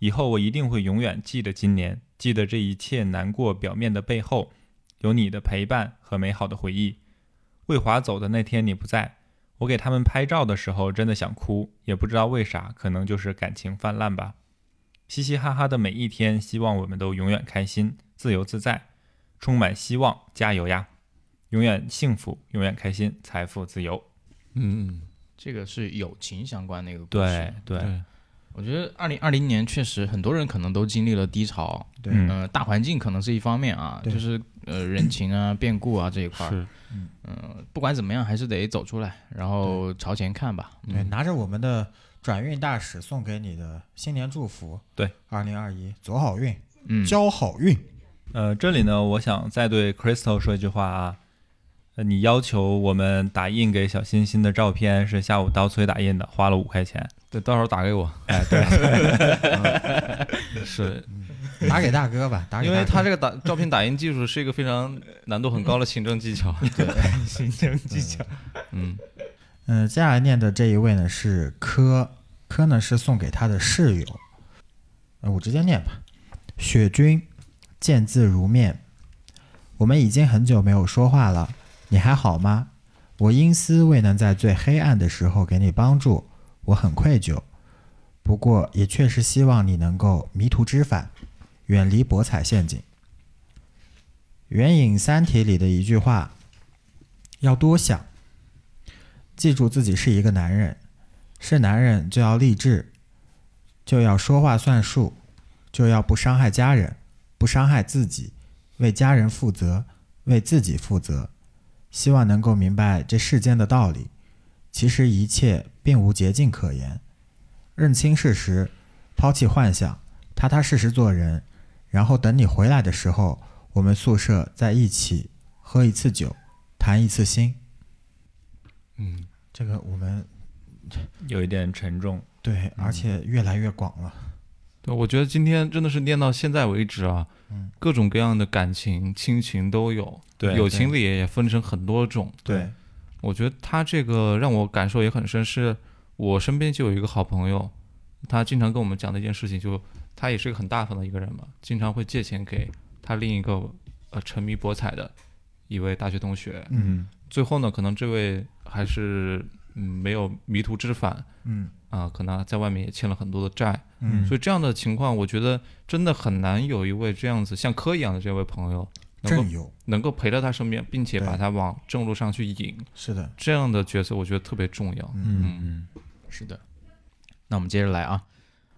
Speaker 2: 以后我一定会永远记得今年，记得这一切难过表面的背后，有你的陪伴和美好的回忆。魏华走的那天你不在，我给他们拍照的时候真的想哭，也不知道为啥，可能就是感情泛滥吧。嘻嘻哈哈的每一天，希望我们都永远开心、自由自在，充满希望，加油呀！永远幸福，永远开心，财富自由。
Speaker 1: 嗯，
Speaker 5: 这个是友情相关的一个故事
Speaker 2: 对。对，
Speaker 5: 我觉得二零二零年确实很多人可能都经历了低潮，
Speaker 4: 对
Speaker 2: 嗯
Speaker 5: 呃，大环境可能是一方面啊，
Speaker 4: 对
Speaker 5: 就是呃人情啊、变故啊这一块儿，
Speaker 1: 是
Speaker 5: 嗯，不管怎么样还是得走出来，然后朝前看吧。
Speaker 4: 对，
Speaker 1: 嗯
Speaker 4: 拿着我们的转运大使送给你的新年祝福，
Speaker 2: 对，
Speaker 4: 二零二一走好运，
Speaker 5: 嗯，
Speaker 4: 交好
Speaker 1: [LAUGHS]
Speaker 4: 运，
Speaker 2: 呃，这里呢，我想再对 Crystal 说一句话啊。呃你要求我们打印给小欣欣的照片是下午刀催打印的，花了五块钱。
Speaker 1: 对，到时候打给我。 [LAUGHS] 哎，对，是
Speaker 4: 打给大哥吧，打给
Speaker 1: 因
Speaker 4: 大哥
Speaker 1: 为他这个打照片打印技术是一个非常难度很高的行政技巧。
Speaker 5: 行政技巧。
Speaker 1: 嗯，
Speaker 4: 嗯，接下来念的这一位呢是柯，柯呢是送给他的室友，呃，我直接念吧。雪君，见字如面，我们已经很久没有说话了，你还好吗？我因思未能在最黑暗的时候给你帮助，我很愧疚。不过也确实希望你能够迷途知返，远离博彩陷阱。援引《三体》里的一句话：“要多想。”记住自己是一个男人，是男人就要励志，就要说话算数，就要不伤害家人，不伤害自己，为家人负责，为自己负责。希望能够明白这世间的道理，其实一切并无捷径可言。认清事实，抛弃幻想，踏踏实实做人。然后等你回来的时候，我们宿舍在一起喝一次酒，谈一次心。
Speaker 1: 嗯，
Speaker 4: 这个我们
Speaker 2: 有一点沉重。
Speaker 4: 对，
Speaker 2: 嗯
Speaker 4: 而且越来越广了。
Speaker 1: [LAUGHS] 对，我觉得今天真的是念到现在为止啊，
Speaker 4: 嗯
Speaker 1: 各种各样的感情、亲情都有，
Speaker 2: 对
Speaker 1: 友情里也分成很多种。
Speaker 2: 对，
Speaker 1: 我觉得他这个让我感受也很深，是我身边就有一个好朋友，他经常跟我们讲的一件事情，就他也是个很大方的一个人嘛，经常会借钱给他另一个呃沉迷博彩的一位大学同学。
Speaker 2: 嗯，
Speaker 1: 最后呢，可能这位还是嗯没有迷途知返
Speaker 4: 嗯
Speaker 1: 啊、可能在外面也欠了很多的债，
Speaker 4: 嗯
Speaker 1: 所以这样的情况，我觉得真的很难有一位这样子像柯一样的这位朋友，能够
Speaker 4: 正友
Speaker 1: 能够陪到他身边，并且
Speaker 4: 对
Speaker 1: 把他往正路上去引，
Speaker 4: 是的，
Speaker 1: 这样的角色我觉得特别重要。
Speaker 2: 嗯
Speaker 5: 是的，那我们接着来啊，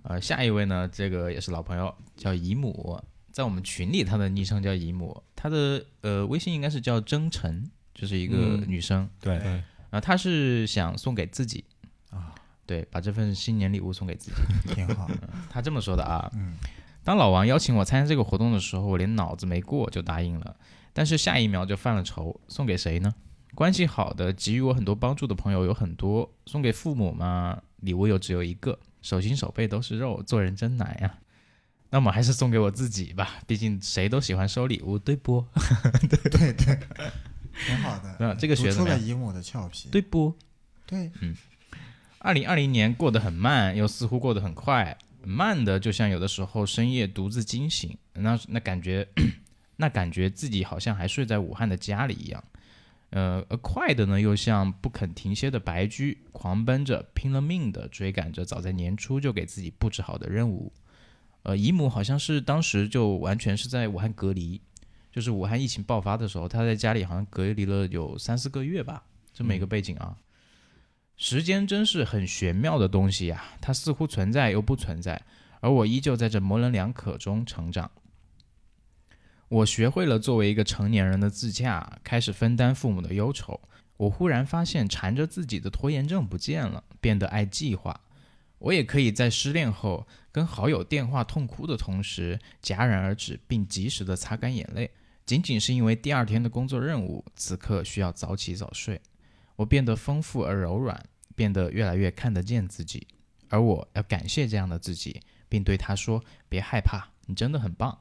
Speaker 5: 呃，下一位呢，这个也是老朋友，叫姨母，在我们群里她的昵称叫姨母，她的呃微信应该是叫真诚，就是一个
Speaker 1: 嗯
Speaker 5: 女生，
Speaker 2: 对
Speaker 1: 对，
Speaker 5: 然后她是想送给自己
Speaker 4: 啊，
Speaker 5: 对，把这份新年礼物送给
Speaker 4: [LAUGHS]
Speaker 5: 自己。
Speaker 2: 嗯
Speaker 4: 挺
Speaker 2: [LAUGHS]
Speaker 4: 好。
Speaker 5: 她这么说的啊，
Speaker 4: 嗯
Speaker 5: 当老王邀请我参加这个活动的时候，我连脑子没过就答应了，但是下一秒就犯了愁，送给谁呢？关系好的、给予我很多帮助的朋友有很多，送给父母嘛，礼物又只有一个，手心手背都是肉，做人真难呀、那么还是送给我自己吧，毕竟谁都喜欢收礼物，对不？
Speaker 4: [LAUGHS] 对对，挺好的。
Speaker 5: 那这个
Speaker 4: 读
Speaker 5: 学怎
Speaker 4: 出
Speaker 5: 么
Speaker 4: 了
Speaker 5: 样？
Speaker 4: 姨母的俏皮。
Speaker 5: 对不？
Speaker 4: 对，
Speaker 2: 嗯
Speaker 5: 二零二零年过得很慢，又似乎过得很快。慢的就像有的时候深夜独自惊醒，那那感觉， [CLEARS THROAT] 那感觉自己好像还睡在武汉的家里一样。呃，而快的呢，又像不肯停歇的白驹，狂奔着，拼了命的追赶着早在年初就给自己布置好的任务。呃，姨母好像是当时就完全是在武汉隔离，就是武汉疫情爆发的时候，她在家里好像隔离了有三四个月吧，这么一个背景啊。时间真是很玄妙的东西呀、它似乎存在又不存在，而我依旧在这模棱两可中成长。我学会了作为一个成年人的自洽，开始分担父母的忧愁。我忽然发现缠着自己的拖延症不见了，变得爱计划。我也可以在失恋后跟好友电话痛哭的同时戛然而止，并及时的擦干眼泪，仅仅是因为第二天的工作任务，此刻需要早起早睡。我变得丰富而柔软，变得越来越看得见自己，而我要感谢这样的自己，并对他说：“别害怕，你真的很棒。”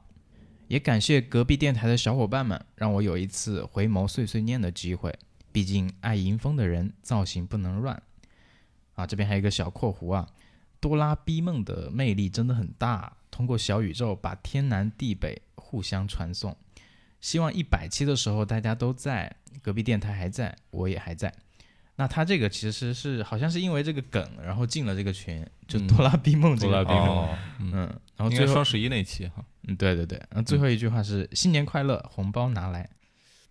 Speaker 5: 也感谢隔壁电台的小伙伴们，让我有一次回眸碎碎念的机会。毕竟爱迎风的人造型不能乱啊！这边还有一个小括弧啊，多拉 B 梦的魅力真的很大，啊通过小宇宙把天南地北互相传送。希望一百期的时候大家都在，隔壁电台还在，我也还在。那他这个其实是好像是因为这个梗，然后进了这个群，就
Speaker 1: 嗯
Speaker 5: 多拉 B 梦这
Speaker 2: 多
Speaker 5: 个
Speaker 2: 拉
Speaker 5: 梗、
Speaker 2: B 梦
Speaker 1: 哦，嗯，
Speaker 5: 嗯，然后
Speaker 1: 应
Speaker 5: 最
Speaker 1: 该
Speaker 5: 后
Speaker 1: 双十一那期哈，
Speaker 5: 嗯，对对对，那最后一句话是“新年快乐，红包拿来”。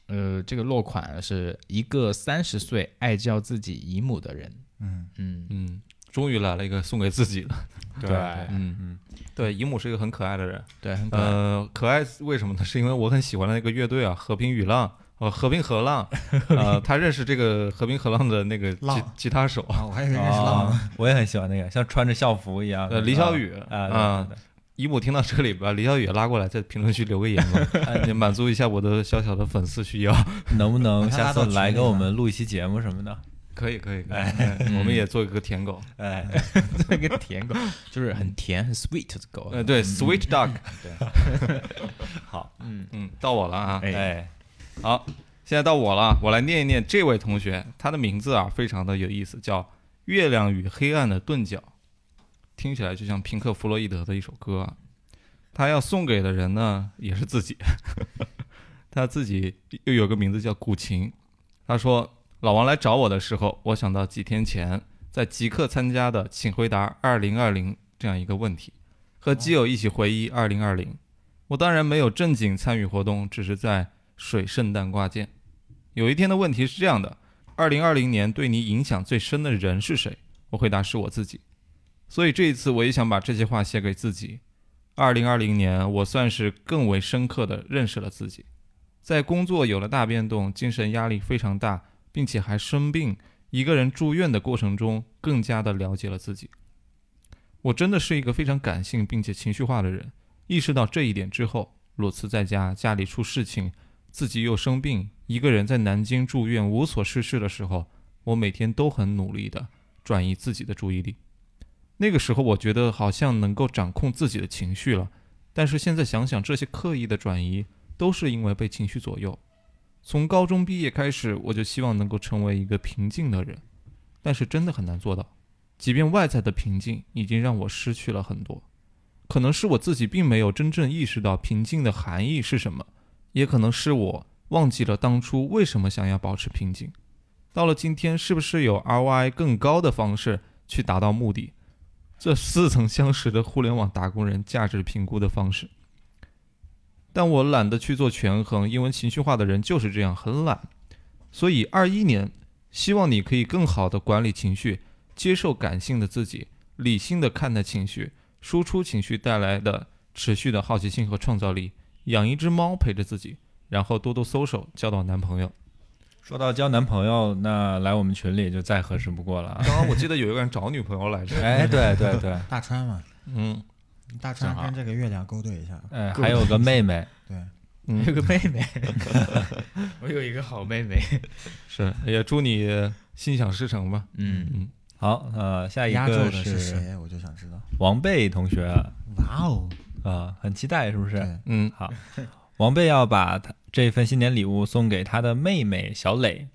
Speaker 5: 呃，这个落款是一个三十岁爱叫自己姨母的人。
Speaker 4: 嗯，
Speaker 5: 嗯，
Speaker 1: 嗯，终于来了一个送给自己的，
Speaker 2: 对
Speaker 5: 哎
Speaker 1: 嗯
Speaker 2: 嗯，
Speaker 1: 对，姨母是一个很可爱的人，
Speaker 5: 对，很可爱。 [LAUGHS]
Speaker 1: 呃，可爱为什么呢？是因为我很喜欢的那个乐队啊，和平与浪，呃，和平和浪，呃，他认识这个和平和浪的那个吉
Speaker 4: 浪
Speaker 1: 吉他手，
Speaker 4: 啊，我还以为认识浪呢。
Speaker 2: 哦，我也很喜欢那个，像穿着校服一样。
Speaker 1: 呃，李小雨嗯
Speaker 2: 啊，对对对
Speaker 1: 姨母听到这里，把李小雨拉过来，在评论区留个言吧， [LAUGHS] 也满足一下我的小小的粉丝需要。
Speaker 2: 能不能
Speaker 4: 把他
Speaker 2: 下
Speaker 4: 拉到
Speaker 2: 次来
Speaker 4: 群里
Speaker 2: 给我
Speaker 4: 吧
Speaker 2: 们录一期节目什么的？
Speaker 1: 可以，可以，可以， [LAUGHS] 我们也做一个舔狗，
Speaker 2: 哎，
Speaker 5: 这个舔狗就是很甜很 sweet 的狗。
Speaker 1: 呃，对，Sweet [LAUGHS] Dog，
Speaker 2: 好，
Speaker 5: 嗯，
Speaker 1: 嗯，到我了啊，
Speaker 5: 哎，
Speaker 2: 哎，
Speaker 1: 好，现在到我了，我来念一念这位同学，他的名字啊非常的有意思，叫《月亮与黑暗的钝角》，听起来就像平克·弗洛伊德的一首歌啊。他要送给的人呢，也是自己，他自己又有个名字叫古琴。他说，老王来找我的时候，我想到几天前在极客参加的《请回答2020》这样一个问题，和基友一起回忆2020。我当然没有正经参与活动，只是在水圣诞挂件。有一天的问题是这样的：二零二零年对你影响最深的人是谁？我回答是我自己。所以这一次，我也想把这些话写给自己。二零二零年，我算是更为深刻的认识了自己，在工作有了大变动，精神压力非常大，并且还生病，一个人住院的过程中，更加的了解了自己。我真的是一个非常感性并且情绪化的人。意识到这一点之后，裸辞在家，家里出事情，自己又生病，一个人在南京住院无所事事的时候，我每天都很努力的转移自己的注意力。那个时候，我觉得好像能够掌控自己的情绪了，但是现在想想，这些刻意的转移都是因为被情绪左右。从高中毕业开始，我就希望能够成为一个平静的人，但是真的很难做到。即便外在的平静已经让我失去了很多，可能是我自己并没有真正意识到平静的含义是什么。也可能是我忘记了当初为什么想要保持平静。到了今天，是不是有 ROI 更高的方式去达到目的？这似曾相识的互联网打工人价值评估的方式，但我懒得去做权衡，因为情绪化的人就是这样，很懒。所以二一年，希望你可以更好的管理情绪，接受感性的自己，理性的看待情绪，输出情绪带来的持续的好奇心和创造力，养一只猫陪着自己，然后多多 social 交到男朋友。
Speaker 2: 说到交男朋友，那来我们群里就再合适不过了啊。
Speaker 1: 刚刚我记得有一个人找女朋友来着，
Speaker 2: 哎，对对对，
Speaker 4: 大川嘛，
Speaker 1: 嗯
Speaker 4: 大川
Speaker 5: 正好
Speaker 4: 跟这个月亮勾兑一下。
Speaker 2: 哎，还有个妹妹，
Speaker 4: 对，
Speaker 5: 有
Speaker 1: 嗯，
Speaker 5: 个妹 [LAUGHS] 妹，我有一个好妹嗯妹。
Speaker 1: 是，也祝你心想事成吧。
Speaker 5: 嗯，
Speaker 1: 嗯，
Speaker 2: 好，呃，下一
Speaker 4: 压轴
Speaker 2: 个
Speaker 4: 的是谁？我就
Speaker 2: [LAUGHS]
Speaker 4: 想知道。
Speaker 2: 王贝同学啊、
Speaker 4: 哇哦，
Speaker 2: 很期待是不是？
Speaker 4: 对，
Speaker 1: 嗯，
Speaker 2: 好，王贝要把他这份新年礼物送给他的妹妹小磊。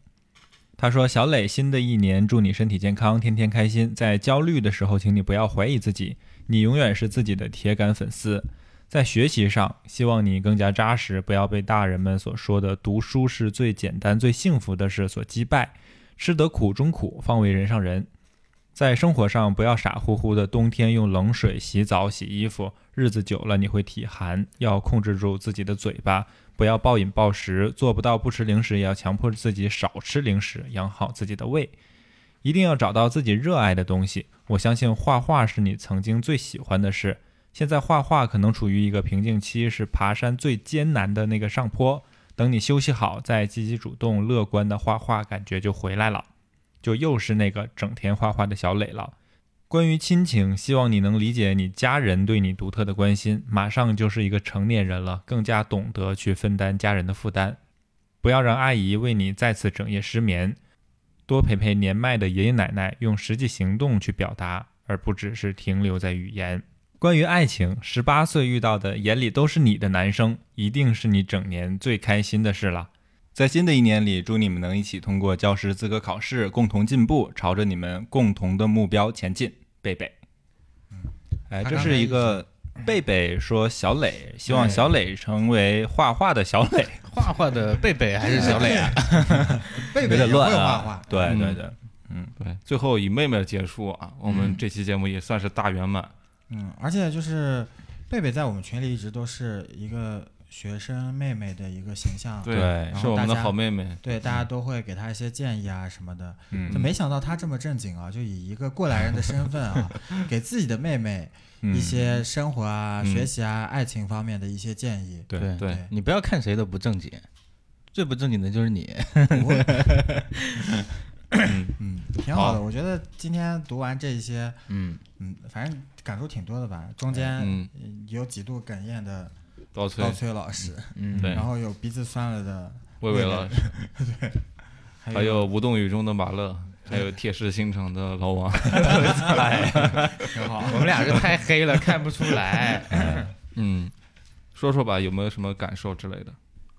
Speaker 2: 他说：“小磊，新的一年祝你身体健康，天天开心。在焦虑的时候，请你不要怀疑自己，你永远是自己的铁杆粉丝。在学习上，希望你更加扎实，不要被大人们所说的读书是最简单、最幸福的事所击败。吃得苦中苦，方为人上人。在生活上，不要傻乎乎的，冬天用冷水洗澡、洗衣服，日子久了你会体寒。要控制住自己的嘴巴，不要暴饮暴食，做不到不吃零食，也要强迫自己少吃零食，养好自己的胃。一定要找到自己热爱的东西。我相信画画是你曾经最喜欢的事，现在画画可能处于一个瓶颈期，是爬山最艰难的那个上坡。等你休息好，再积极主动、乐观的画画，感觉就回来了。就又是那个整天画画的小磊了。关于亲情，希望你能理解你家人对你独特的关心。马上就是一个成年人了，更加懂得去分担家人的负担，不要让阿姨为你再次整夜失眠。多陪陪年迈的爷爷奶奶，用实际行动去表达，而不只是停留在语言。关于爱情，十八岁遇到的眼里都是你的男生，一定是你整年最开心的事啦。在新的一年里，祝你们能一起通过教师资格考试，共同进步，朝着你们共同的目标前进。贝贝，哎，
Speaker 4: 嗯他
Speaker 2: 这
Speaker 4: 刚
Speaker 2: 是
Speaker 4: 才
Speaker 2: 一
Speaker 4: 一
Speaker 2: 个贝贝说小磊，希望小磊成为画画的小磊，
Speaker 5: 画画的贝贝还是小磊啊？
Speaker 4: 贝
Speaker 2: 有
Speaker 4: 贝也
Speaker 2: 点
Speaker 4: 会
Speaker 2: 乱
Speaker 4: 画
Speaker 2: 啊
Speaker 4: 画。。
Speaker 2: 对
Speaker 1: 嗯
Speaker 2: 对对，
Speaker 1: 对，最后以妹妹结束啊，我们这期节目也算是大圆满。
Speaker 4: 嗯，而且就是贝贝在我们群里一直都是一个学生妹妹的一个形象，
Speaker 2: 对然
Speaker 1: 是
Speaker 4: 后
Speaker 1: 我们的
Speaker 4: 大家
Speaker 1: 好妹妹。
Speaker 4: 对大家都会给她一些建议啊什么的。就
Speaker 2: 嗯
Speaker 4: 没想到她这么正经啊，就以一个过来人的身份啊，给自己的妹妹
Speaker 2: 嗯
Speaker 4: 一些生活啊、
Speaker 2: 嗯
Speaker 4: 学习啊、爱情方面的一些建议。
Speaker 2: 对
Speaker 5: 对
Speaker 1: 对，
Speaker 5: 你不要看谁都不正经，最不正经的就是你。
Speaker 4: 不会嗯，挺好的。我觉得今天读完这些，
Speaker 6: 嗯，
Speaker 4: 嗯，反正感触挺多的吧。中间
Speaker 1: 嗯
Speaker 4: 嗯有几度哽咽的
Speaker 1: 刀
Speaker 4: 高
Speaker 1: 崔，
Speaker 4: 崔老师，
Speaker 5: 嗯 [LAUGHS]
Speaker 1: 对
Speaker 4: 然，后有鼻子酸了的
Speaker 1: 魏魏老师， [LAUGHS]
Speaker 4: 还有
Speaker 1: 还有无动于衷的马乐，还有铁石心肠的老王。
Speaker 4: 挺好。
Speaker 6: 我们俩是太黑了，看不出
Speaker 5: [LAUGHS]
Speaker 6: 来。
Speaker 1: [LAUGHS] 嗯，说说吧，有没有什么感受之类的？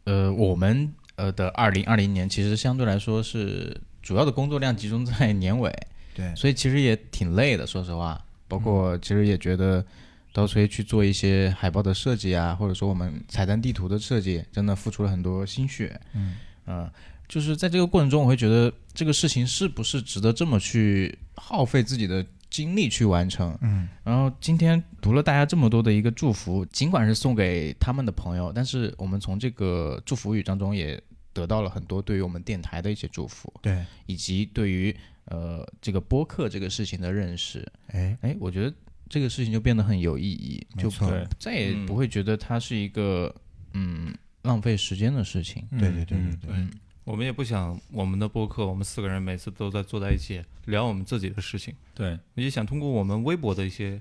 Speaker 5: 呃，我们呃的二零二零年其实相对来说是主要的工作量集中在年尾，
Speaker 4: 对，嗯
Speaker 5: 所以其实也挺累的，说实话。包括其实也觉得，刀崔去做一些海报的设计啊，或者说我们彩蛋地图的设计，真的付出了很多心血。
Speaker 4: 嗯
Speaker 5: 呃就是在这个过程中，我会觉得这个事情是不是值得这么去耗费自己的精力去完成？
Speaker 4: 嗯，
Speaker 5: 然后今天读了大家这么多的一个祝福，尽管是送给他们的朋友，但是我们从这个祝福语当中也得到了很多对于我们电台的一些祝福，
Speaker 4: 对，
Speaker 5: 以及对于呃这个播客这个事情的认识。
Speaker 4: 哎，
Speaker 5: 哎，我觉得这个事情就变得很有意义，
Speaker 4: 没
Speaker 5: 就
Speaker 4: 错
Speaker 5: 不再也不会觉得它是一个嗯浪费时间的事情。
Speaker 4: 对对对对
Speaker 2: 嗯
Speaker 4: 对，
Speaker 1: 我们也不想我们的播客，我们四个人每次都在坐在一起聊我们自己的事情，
Speaker 2: 对，
Speaker 4: 嗯
Speaker 1: 也想通过我们微薄的一些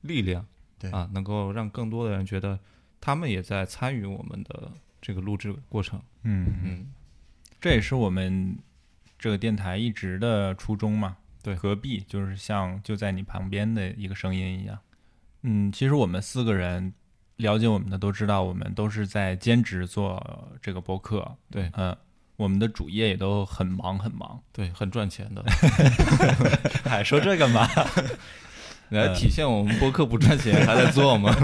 Speaker 1: 力量，
Speaker 4: 对
Speaker 1: 啊，能够让更多的人觉得他们也在参与我们的这个录制过程。
Speaker 2: 嗯。
Speaker 1: 嗯，
Speaker 2: 这也是我们这个电台一直的初衷嘛。
Speaker 1: 对
Speaker 2: 隔壁就是像就在你旁边的一个声音一样。嗯，其实我们四个人了解我们的都知道，我们都是在兼职做这个播客。
Speaker 1: 对
Speaker 2: 嗯、我们的主业也都很忙很
Speaker 4: [LAUGHS]
Speaker 2: 忙。
Speaker 1: 对，很赚钱 [LAUGHS] 的，
Speaker 2: 哎，说这个嘛，
Speaker 1: 来体现我们播客不赚钱还在做 [LAUGHS] 吗？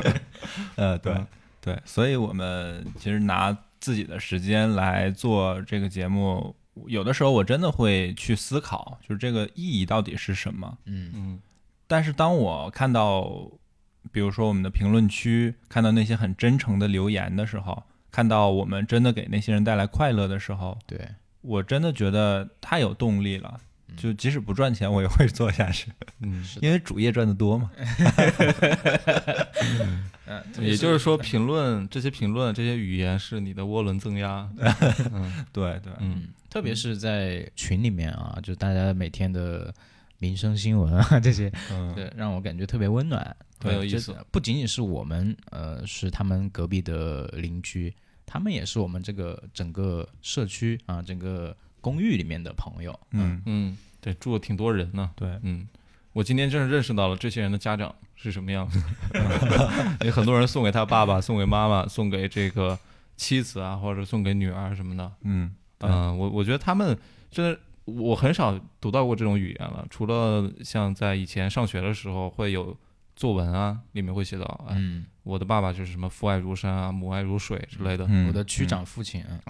Speaker 2: 呃，对
Speaker 1: 嗯
Speaker 2: 对，所以我们其实拿自己的时间来做这个节目，有的时候我真的会去思考，就是这个意义到底是什么。
Speaker 5: 嗯，
Speaker 1: 嗯
Speaker 2: 但是当我看到，比如说我们的评论区看到那些很真诚的留言的时候，看到我们真的给那些人带来快乐的时候，
Speaker 5: 对，
Speaker 2: 我真的觉得太有动力了。就即使不赚钱，我也会做下去， [LAUGHS]
Speaker 1: 嗯，
Speaker 2: 因为主业赚的多嘛。
Speaker 1: 嗯也就是说，评论这些评论这些语言是你的涡轮增压。
Speaker 2: 对对，
Speaker 1: 嗯，
Speaker 5: 特别是在群里面啊，就大家每天的民生新闻啊这些，
Speaker 2: 嗯，
Speaker 5: 对，让我感觉特别温暖，
Speaker 1: 很有
Speaker 5: 对
Speaker 1: 意
Speaker 5: 这
Speaker 1: 思
Speaker 5: 不仅仅是我们，呃，是他们隔壁的邻居，他们也是我们这个整个社区啊，整个公寓里面的朋友。
Speaker 2: 嗯，
Speaker 1: 嗯，对，住了挺多人呢。
Speaker 2: 对，
Speaker 1: 嗯，我今天真是认识到了这些人的家长是什么样子。 [LAUGHS] 有很多人送给他爸爸、送给妈妈、送给这个妻子啊，或者送给女儿什么的。
Speaker 2: 嗯，对
Speaker 1: 嗯、我我觉得他们真的，我很少读到过这种语言了，除了像在以前上学的时候会有作文啊，里面会写到，哎、
Speaker 5: 嗯，
Speaker 1: 我的爸爸就是什么父爱如山啊，母爱如水之类的。
Speaker 2: 嗯
Speaker 5: 我的区长父亲啊，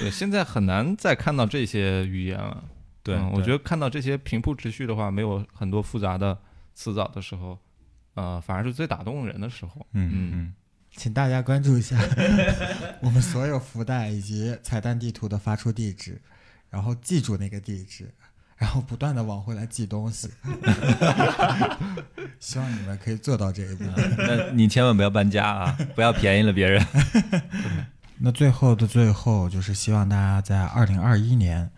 Speaker 1: 对，现在很难再看到这些语言了。
Speaker 2: 对，
Speaker 1: 嗯我觉得
Speaker 2: 得
Speaker 1: 看到这些平铺直叙的话，没有很多复杂的辞藻的时候，呃，反而是最打动人的时候。
Speaker 2: 嗯
Speaker 1: 嗯
Speaker 2: 嗯
Speaker 4: 请大家关注一下 [LAUGHS] 我们所有福袋以及彩蛋地图的发出地址，然后记住那个地址，然后不断的往回来寄东西。 [LAUGHS] 希望你们可以做到这一步。
Speaker 2: 嗯，那你千万不要搬家 [LAUGHS] 啊，不要便宜了别人。
Speaker 4: 那最后的最后，就是希望大家在二零二一年，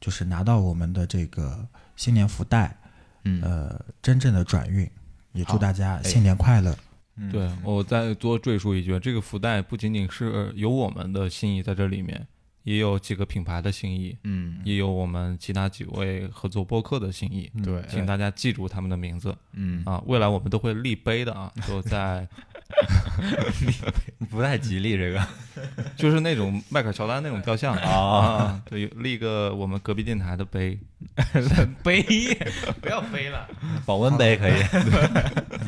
Speaker 4: 就是拿到我们的这个新年福袋，
Speaker 5: 嗯
Speaker 4: 呃，真正的转运。也祝
Speaker 5: 好
Speaker 4: 大家新年快乐。
Speaker 2: 嗯
Speaker 1: 对，我再多赘述一句，这个福袋不仅仅是有我们的心意在这里面，也有几个品牌的心意，
Speaker 7: 嗯，
Speaker 1: 也有我们其他几位合作播客的心意，
Speaker 2: 嗯
Speaker 7: 对，
Speaker 1: 请大家记住他们的名字
Speaker 7: 嗯，
Speaker 1: 啊！未来我们都会立碑的
Speaker 2: [LAUGHS]
Speaker 1: 啊，就在
Speaker 2: 不太吉利
Speaker 7: [LAUGHS]
Speaker 2: 这个
Speaker 1: 就是那种迈克尔乔丹那种雕像
Speaker 2: 啊，
Speaker 1: 啊，对，立个我们隔壁电台的碑，
Speaker 7: 背不要背了，
Speaker 2: 保温杯可以。
Speaker 1: [LAUGHS]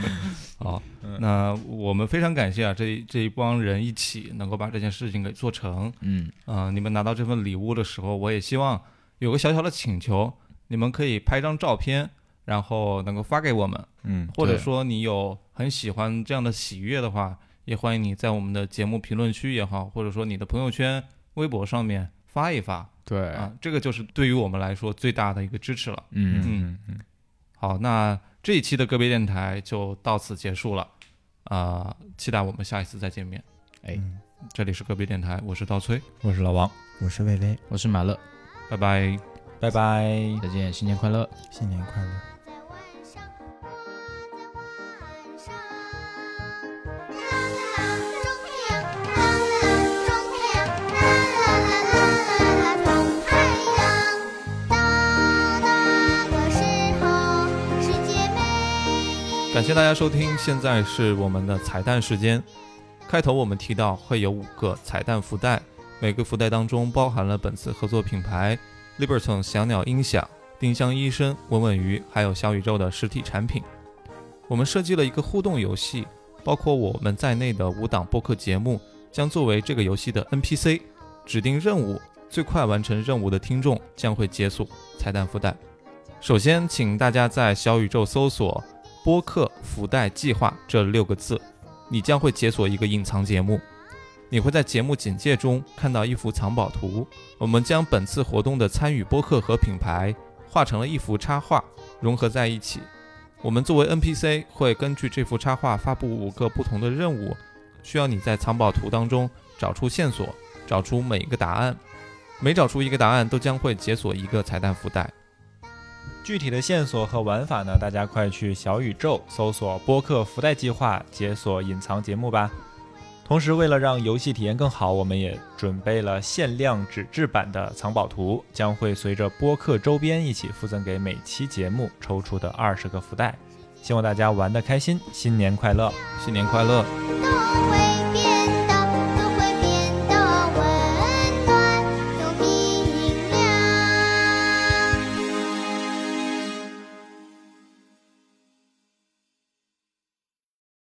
Speaker 2: 嗯
Speaker 1: 好，那我们非常感谢啊，这一这一帮人一起能够把这件事情给做成。
Speaker 7: 嗯，
Speaker 1: 啊，你们拿到这份礼物的时候，我也希望有个小小的请求，你们可以拍张照片，然后能够发给我们，
Speaker 2: 嗯，
Speaker 1: 或者
Speaker 7: 对
Speaker 1: 说你有很喜欢这样的喜悦的话，也欢迎你在我们的节目评论区也好，或者说你的朋友圈、微博上面发一发
Speaker 7: 对，
Speaker 1: 啊，这个就是对于我们来说最大的一个支持了。
Speaker 7: 嗯，
Speaker 1: 嗯，好，那这一期的个别电台就到此结束了，啊、期待我们下一次再见面。
Speaker 7: 哎，
Speaker 1: 这里是个别电台，我是刀崔，
Speaker 2: 我是老王，
Speaker 4: 嗯我是魏巍，
Speaker 7: 我是马乐，
Speaker 1: 拜拜。
Speaker 2: 拜拜。
Speaker 7: 再见，新年快乐。
Speaker 4: 新年快乐。
Speaker 3: 在晚上，我在晚上，啦啦啦，中太阳，啦啦啦，中太阳，啦啦啦啦啦啦，中太阳。到那个时候，世界每一
Speaker 1: 感谢大家收听，现在是我们的彩蛋时间。开头我们提到会有五个彩蛋福袋，每个福袋当中包含了本次合作品牌 Liberton 小鸟音响、丁香医生、稳稳鱼，还有小宇宙的实体产品。我们设计了一个互动游戏，包括我们在内的五档播客节目将作为这个游戏的 NPC，指定任务，最快完成任务的听众将会解锁彩蛋福袋。首先，请大家在小宇宙搜索播客福袋计划这六个字，你将会解锁一个隐藏节目。你会在节目简介中看到一幅藏宝图，我们将本次活动的参与播客和品牌画成了一幅插画，融合在一起。我们作为 NPC 会根据这幅插画发布五个不同的任务，需要你在藏宝图当中找出线索，找出每一个答案。每找出一个答案，都将会解锁一个彩蛋福袋。
Speaker 2: 具体的线索和玩法呢，大家快去小宇宙搜索“播客福袋计划”，解锁隐藏节目吧。同时，为了让游戏体验更好，我们也准备了限量纸质版的藏宝图，将会随着播客周边一起附赠给每期节目抽出的二十个福袋。希望大家玩得开心，新年快乐！
Speaker 1: 新年快乐！
Speaker 3: 天，